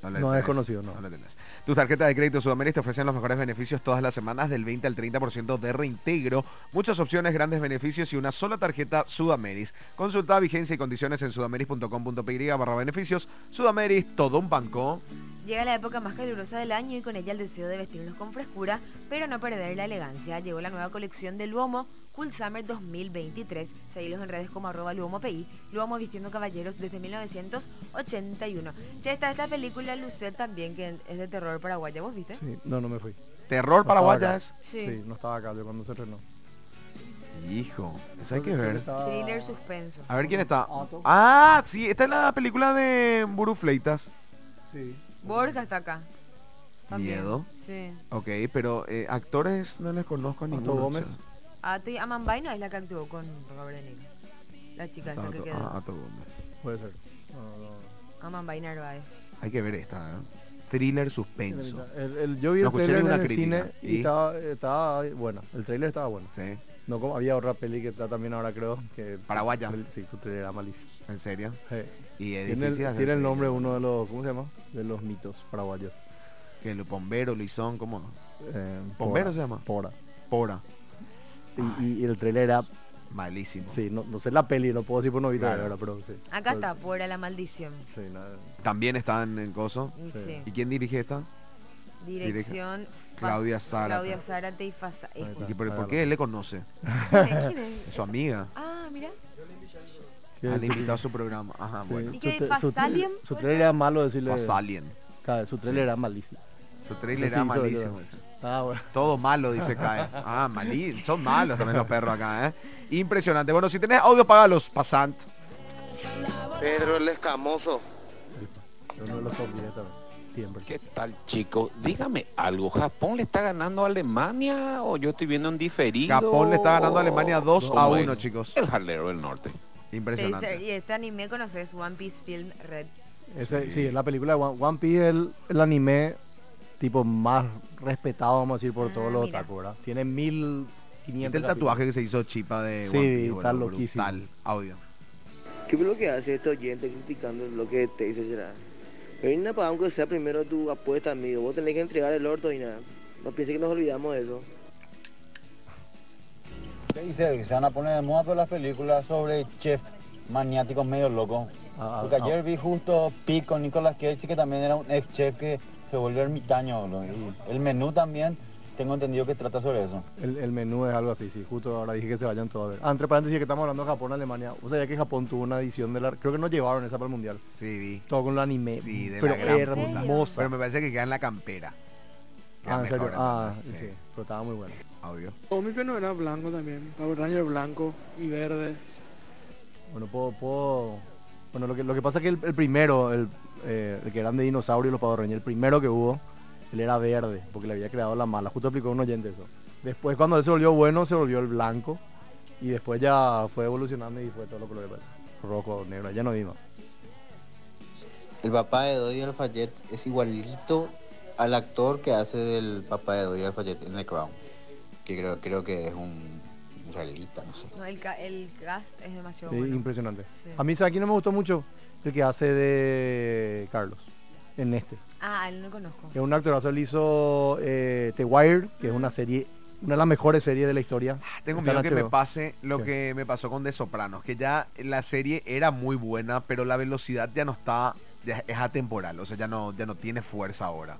Speaker 3: le
Speaker 2: No,
Speaker 3: tenés,
Speaker 2: es conocido, no.
Speaker 3: le tenés. Tus tarjetas de crédito Sudamérica te ofrecen los mejores beneficios todas las semanas del 20 al 30% de reintegro, muchas opciones, grandes beneficios y una sola tarjeta Sudameris. Consulta vigencia y condiciones en sudameris.com.py barra beneficios. Sudameris, todo un banco.
Speaker 1: Llega la época más calurosa del año y con ella el deseo de vestirnos con frescura, pero no perder la elegancia. Llegó la nueva colección de Luomo Cool Summer 2023. Seguilos en redes como arroba luomopi. Luomo vistiendo caballeros desde 1981. Ya está esta película Lucet también, que es de terror paraguaya. ¿Vos viste?
Speaker 2: Sí, no, no me fui.
Speaker 3: Terror
Speaker 2: No estaba
Speaker 3: paraguaya
Speaker 2: acá.
Speaker 3: es.
Speaker 1: Sí.
Speaker 2: Sí, no estaba acá yo cuando se estrenó.
Speaker 3: Hijo, eso hay que ver.
Speaker 2: Estaba-
Speaker 1: Thriller suspenso.
Speaker 3: A ver quién está.
Speaker 2: Otto.
Speaker 3: Ah, sí, esta es la película de Burufleitas.
Speaker 2: Sí.
Speaker 1: Borja está acá. También.
Speaker 3: Miedo.
Speaker 1: Sí.
Speaker 3: Ok, pero eh, actores no les conozco a
Speaker 2: Otto
Speaker 3: ninguno.
Speaker 2: Gómez.
Speaker 3: che.
Speaker 1: Ati Amambay no es la que actuó con Robert De Niro. La chica esta que
Speaker 3: Otto-
Speaker 1: quedó.
Speaker 3: ah, Otto Gómez.
Speaker 2: Puede ser. No, no, no.
Speaker 1: Amambay Narváez.
Speaker 3: Hay que ver esta, ¿eh? Thriller suspenso.
Speaker 2: El, el- yo vi
Speaker 3: No
Speaker 2: el
Speaker 3: escuché
Speaker 2: trailer en
Speaker 3: ninguna
Speaker 2: el
Speaker 3: crítica.
Speaker 2: cine y
Speaker 3: ¿Y?
Speaker 2: estaba, estaba bueno. El trailer estaba bueno.
Speaker 3: Sí,
Speaker 2: No como había otra peli que está también ahora creo que
Speaker 3: Paraguaya.
Speaker 2: Sí, su trailer era malísimo.
Speaker 3: en serio.
Speaker 2: Sí.
Speaker 3: Y es
Speaker 2: Tiene, el,
Speaker 3: difícil hacer
Speaker 2: tiene el
Speaker 3: thriller.
Speaker 2: nombre de uno de los ¿cómo se llama? De los mitos paraguayos.
Speaker 3: Que el bombero, Luisón, ¿cómo?
Speaker 2: Eh,
Speaker 3: ¿Bombero
Speaker 2: Pora.
Speaker 3: se llama? Ah.
Speaker 2: Pora.
Speaker 3: Pora.
Speaker 2: Y, y- y el trailer era,
Speaker 3: Malísimo.
Speaker 2: sí, no, no sé la peli, no puedo decir por no vi la
Speaker 3: Claro.
Speaker 2: verdad, pero sí.
Speaker 1: Acá
Speaker 2: Pero-
Speaker 1: está, fuera la maldición.
Speaker 2: Sí, nada.
Speaker 3: También están en Coso.
Speaker 1: Y
Speaker 2: Sí.
Speaker 1: sí.
Speaker 3: ¿Y quién dirige esta?
Speaker 1: Dirección Fa-
Speaker 3: Claudia Zárate.
Speaker 1: Claudia Zárate y Fasa.
Speaker 2: Ahí está.
Speaker 3: ¿Y por, por
Speaker 2: Hágalo.
Speaker 3: qué él le conoce?
Speaker 1: ¿Quién es?
Speaker 3: Es su amiga.
Speaker 1: Ah, mira.
Speaker 3: Ah,
Speaker 2: Sí,
Speaker 3: le invitó a su programa. Ajá,
Speaker 2: sí.
Speaker 3: bueno.
Speaker 1: ¿Y qué,
Speaker 2: Su tra- su,
Speaker 1: Fasalien?
Speaker 2: su trailer era malo decirle.
Speaker 3: Fasalien.
Speaker 2: Claro, su trailer era malísimo.
Speaker 3: Su trailer
Speaker 2: Sí,
Speaker 3: era
Speaker 2: sí, sobre
Speaker 3: malísimo.
Speaker 2: todo.
Speaker 3: ese.
Speaker 2: Ah, bueno.
Speaker 3: Todo malo, dice Cae. Ah, malísimo. Son malos también los perros acá, ¿eh? Impresionante. Bueno, si tenés audio, pagalos, pasant.
Speaker 10: Pedro el Escamoso.
Speaker 2: Es Uno de los top 10 también. Siempre.
Speaker 5: ¿Qué tal, chicos? Dígame algo. ¿Japón le está ganando a Alemania o yo estoy viendo un diferido?
Speaker 3: Japón le está ganando a Alemania 2 a
Speaker 5: ¿Cómo
Speaker 3: 1,
Speaker 5: es?
Speaker 3: chicos.
Speaker 5: El jalero del norte.
Speaker 1: Taser.
Speaker 3: Impresionante.
Speaker 1: Y este anime conoces, One Piece Film Red.
Speaker 2: Ese-
Speaker 3: Sí.
Speaker 2: sí. la película de One, One Piece es el, el anime tipo más respetado, vamos a decir, por
Speaker 1: Ah,
Speaker 2: todos los
Speaker 1: mira.
Speaker 2: otaku, ¿verdad? Tiene 1500
Speaker 3: Viste el tatuaje que se hizo Chipa de
Speaker 2: Sí,
Speaker 3: One Piece,
Speaker 2: está
Speaker 3: boludo,
Speaker 2: loquísimo.
Speaker 3: brutal. Audio.
Speaker 10: ¿Qué es lo que hace este oyente criticando el bloque de Taser, será? Venga para aunque sea primero tu apuesta, amigo. Vos tenés que entregar el orto y nada. No pienses que nos olvidamos de eso.
Speaker 7: Taser, se van a poner de moda por las películas sobre chef maniáticos medio locos.
Speaker 2: Ah, ah,
Speaker 7: Porque ayer vi justo Pic con Nicolas Cage, que también era un ex chef que se volvió ermitaño. boludo. Y el menú también, tengo entendido que trata sobre eso.
Speaker 2: El, el menú es algo así, sí. Justo ahora dije que se vayan todos a ver. Ah, entre paréntesis que estamos hablando de Japón, Alemania. O sea, ya que Japón tuvo una edición de la... Creo que no llevaron esa para el mundial.
Speaker 3: Sí, vi.
Speaker 2: Todo con el anime.
Speaker 3: Sí, de
Speaker 2: pero
Speaker 3: la gran puta.
Speaker 2: hermosa.
Speaker 3: Pero me parece que queda en la campera. Queda
Speaker 2: Ah, en serio.
Speaker 3: mejor,
Speaker 2: Ah, sí.
Speaker 3: entonces, sí.
Speaker 2: Pero estaba muy bueno.
Speaker 3: Audio.
Speaker 9: mi no era blanco también. Power Ranger blanco y verde.
Speaker 2: Bueno, puedo... puedo- Bueno, lo que, lo que pasa es que el, el primero, el, eh, el que eran de dinosaurio y los Power Rangers, el primero que hubo, él era verde, porque le había creado la mala. Justo aplicó un oyente eso. Después, cuando él se volvió bueno, se volvió el blanco. Y después ya fue evolucionando y fue todo lo que lo que pasa. Rojo, negro, ya no vimos.
Speaker 7: El papá de Dodi Alfayet es igualito al actor que hace del papá de Dodi Alfayet en The Crown. Que creo, creo que es un israelita, no sé.
Speaker 1: No, el, ca- el cast es demasiado
Speaker 2: Sí,
Speaker 1: bueno.
Speaker 2: impresionante.
Speaker 1: Sí.
Speaker 2: A mí, ¿sabes quién no me gustó mucho? El que hace de Carlos, en este.
Speaker 1: Ah, él no lo conozco.
Speaker 2: Es un actorazo, él hizo eh, The Wire, que es una serie, una de las mejores series de la historia.
Speaker 3: Tengo
Speaker 2: Ah, Está en
Speaker 3: miedo que me
Speaker 2: HBO.
Speaker 3: pase lo
Speaker 2: ¿Qué?
Speaker 3: que me pasó con The Sopranos, que ya la serie era muy buena, pero la velocidad ya no está, ya es atemporal, o sea, ya no, ya no tiene fuerza ahora.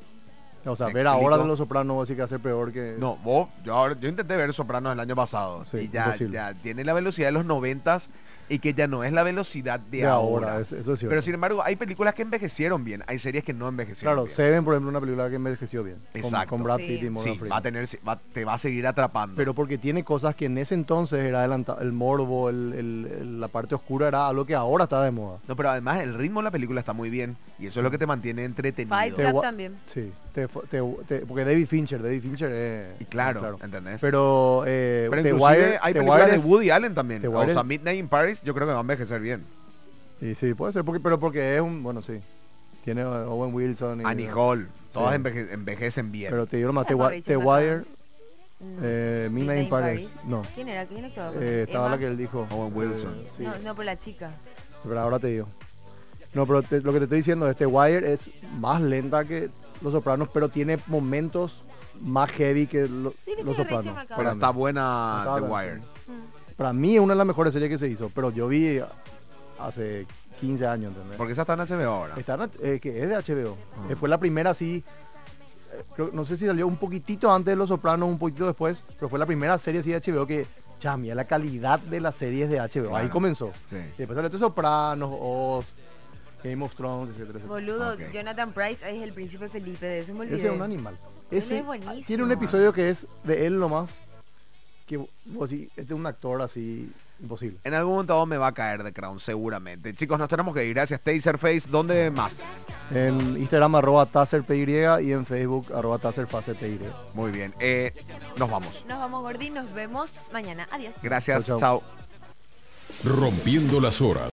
Speaker 2: O sea,
Speaker 3: ¿Me
Speaker 2: ver ahora
Speaker 3: explico?
Speaker 2: de Los Sopranos sí que hace peor que...
Speaker 3: No, vos, yo, ahora- yo intenté ver Sopranos el año pasado
Speaker 2: Sí,
Speaker 3: y ya,
Speaker 2: imposible.
Speaker 3: ya tiene la velocidad de los noventas y que ya no es la velocidad de,
Speaker 2: de ahora, es- eso es cierto.
Speaker 3: Pero sin embargo, hay películas que envejecieron bien, hay series que no envejecieron
Speaker 2: claro,
Speaker 3: bien.
Speaker 2: Seven, por ejemplo, una película que envejeció bien. con-
Speaker 3: Exacto.
Speaker 2: Con, Brad
Speaker 1: Sí.
Speaker 2: Pitt y Morgan
Speaker 3: Sí, va
Speaker 2: Freeman.
Speaker 3: a tener, va- te va a seguir atrapando.
Speaker 2: Pero porque tiene cosas que en ese entonces era adelantado, el morbo, el- el- el- la parte oscura era algo que ahora está de moda.
Speaker 3: no, pero además el ritmo de la película está muy bien y eso es lo que te mantiene entretenido.
Speaker 1: Fight
Speaker 2: Te
Speaker 1: Club
Speaker 2: gua-
Speaker 1: también.
Speaker 2: Sí, te- te- te- porque David Fincher, David Fincher es...
Speaker 3: Y claro, ¿entendés?
Speaker 2: Pero, eh,
Speaker 3: Pero
Speaker 2: The
Speaker 3: inclusive
Speaker 2: Wire-
Speaker 3: hay
Speaker 2: The
Speaker 3: películas
Speaker 2: Wire
Speaker 3: de
Speaker 2: es-
Speaker 3: Woody Allen también.
Speaker 2: The
Speaker 3: O
Speaker 2: Wire
Speaker 3: sea,
Speaker 2: es-
Speaker 3: Midnight in Paris yo creo que va a envejecer bien.
Speaker 2: Y sí, puede ser, porque, pero porque es un... Bueno, sí. Tiene a Owen Wilson y...
Speaker 3: Annie Hall, todas
Speaker 2: Sí.
Speaker 3: enveje- envejecen bien.
Speaker 2: Pero te digo más, The,
Speaker 1: Estaba
Speaker 2: Wi-
Speaker 1: Rachel
Speaker 2: The Wire,
Speaker 1: McAdams. Mm.
Speaker 2: eh, Midnight in Paris. No,
Speaker 1: ¿Quién era? ¿Quién era que
Speaker 2: eh, estaba
Speaker 1: Emma.
Speaker 2: la que él dijo.
Speaker 3: Owen Wilson.
Speaker 2: eh, sí,
Speaker 1: No, no, por la chica.
Speaker 2: Pero ahora te digo. No, pero te- lo que te estoy diciendo, este Wire es más lenta que Los Sopranos, pero tiene momentos más heavy que lo-
Speaker 1: Sí, viste
Speaker 2: Los
Speaker 1: la reacción
Speaker 2: Sopranos.
Speaker 1: acá.
Speaker 3: Pero está buena
Speaker 2: Está
Speaker 3: The
Speaker 2: buena,
Speaker 3: Wire.
Speaker 2: Para mí es una de las mejores series que se hizo, pero yo vi hace 15 años, ¿entendés?
Speaker 3: Porque esa está en HBO ahora.
Speaker 2: Está en H- eh, que es de HBO. Eh, fue la primera así. eh, creo- no sé si salió un poquitito antes de Los Sopranos, un poquitito después, pero fue la primera serie así de HBO que, chamia, la calidad de las series de HBO. Ahí
Speaker 3: Claro.
Speaker 2: comenzó.
Speaker 3: Sí.
Speaker 2: Y después salió Los Sopranos, Oz, Game of Thrones, etcétera, etcétera.
Speaker 1: Boludo,
Speaker 3: Ok.
Speaker 1: Jonathan Price es el príncipe Felipe, de eso me olvidé.
Speaker 2: Ese es un animal.
Speaker 1: Ese
Speaker 2: Ese
Speaker 1: es buenísimo.
Speaker 2: tiene un episodio que es de él nomás. Que vos decís, este es un actor así imposible.
Speaker 3: En algún momento me va a caer The Crown, seguramente. Chicos, nos tenemos que ir. Gracias, Taserface. ¿Dónde más?
Speaker 2: En Instagram arroba TazerPY y en Facebook arroba TazerFacePY.
Speaker 3: Muy bien. Eh, nos vamos.
Speaker 1: Nos vamos, Gordi, nos vemos mañana. Adiós.
Speaker 3: Gracias.
Speaker 2: Chau, chau.
Speaker 3: chao.
Speaker 11: Rompiendo las horas.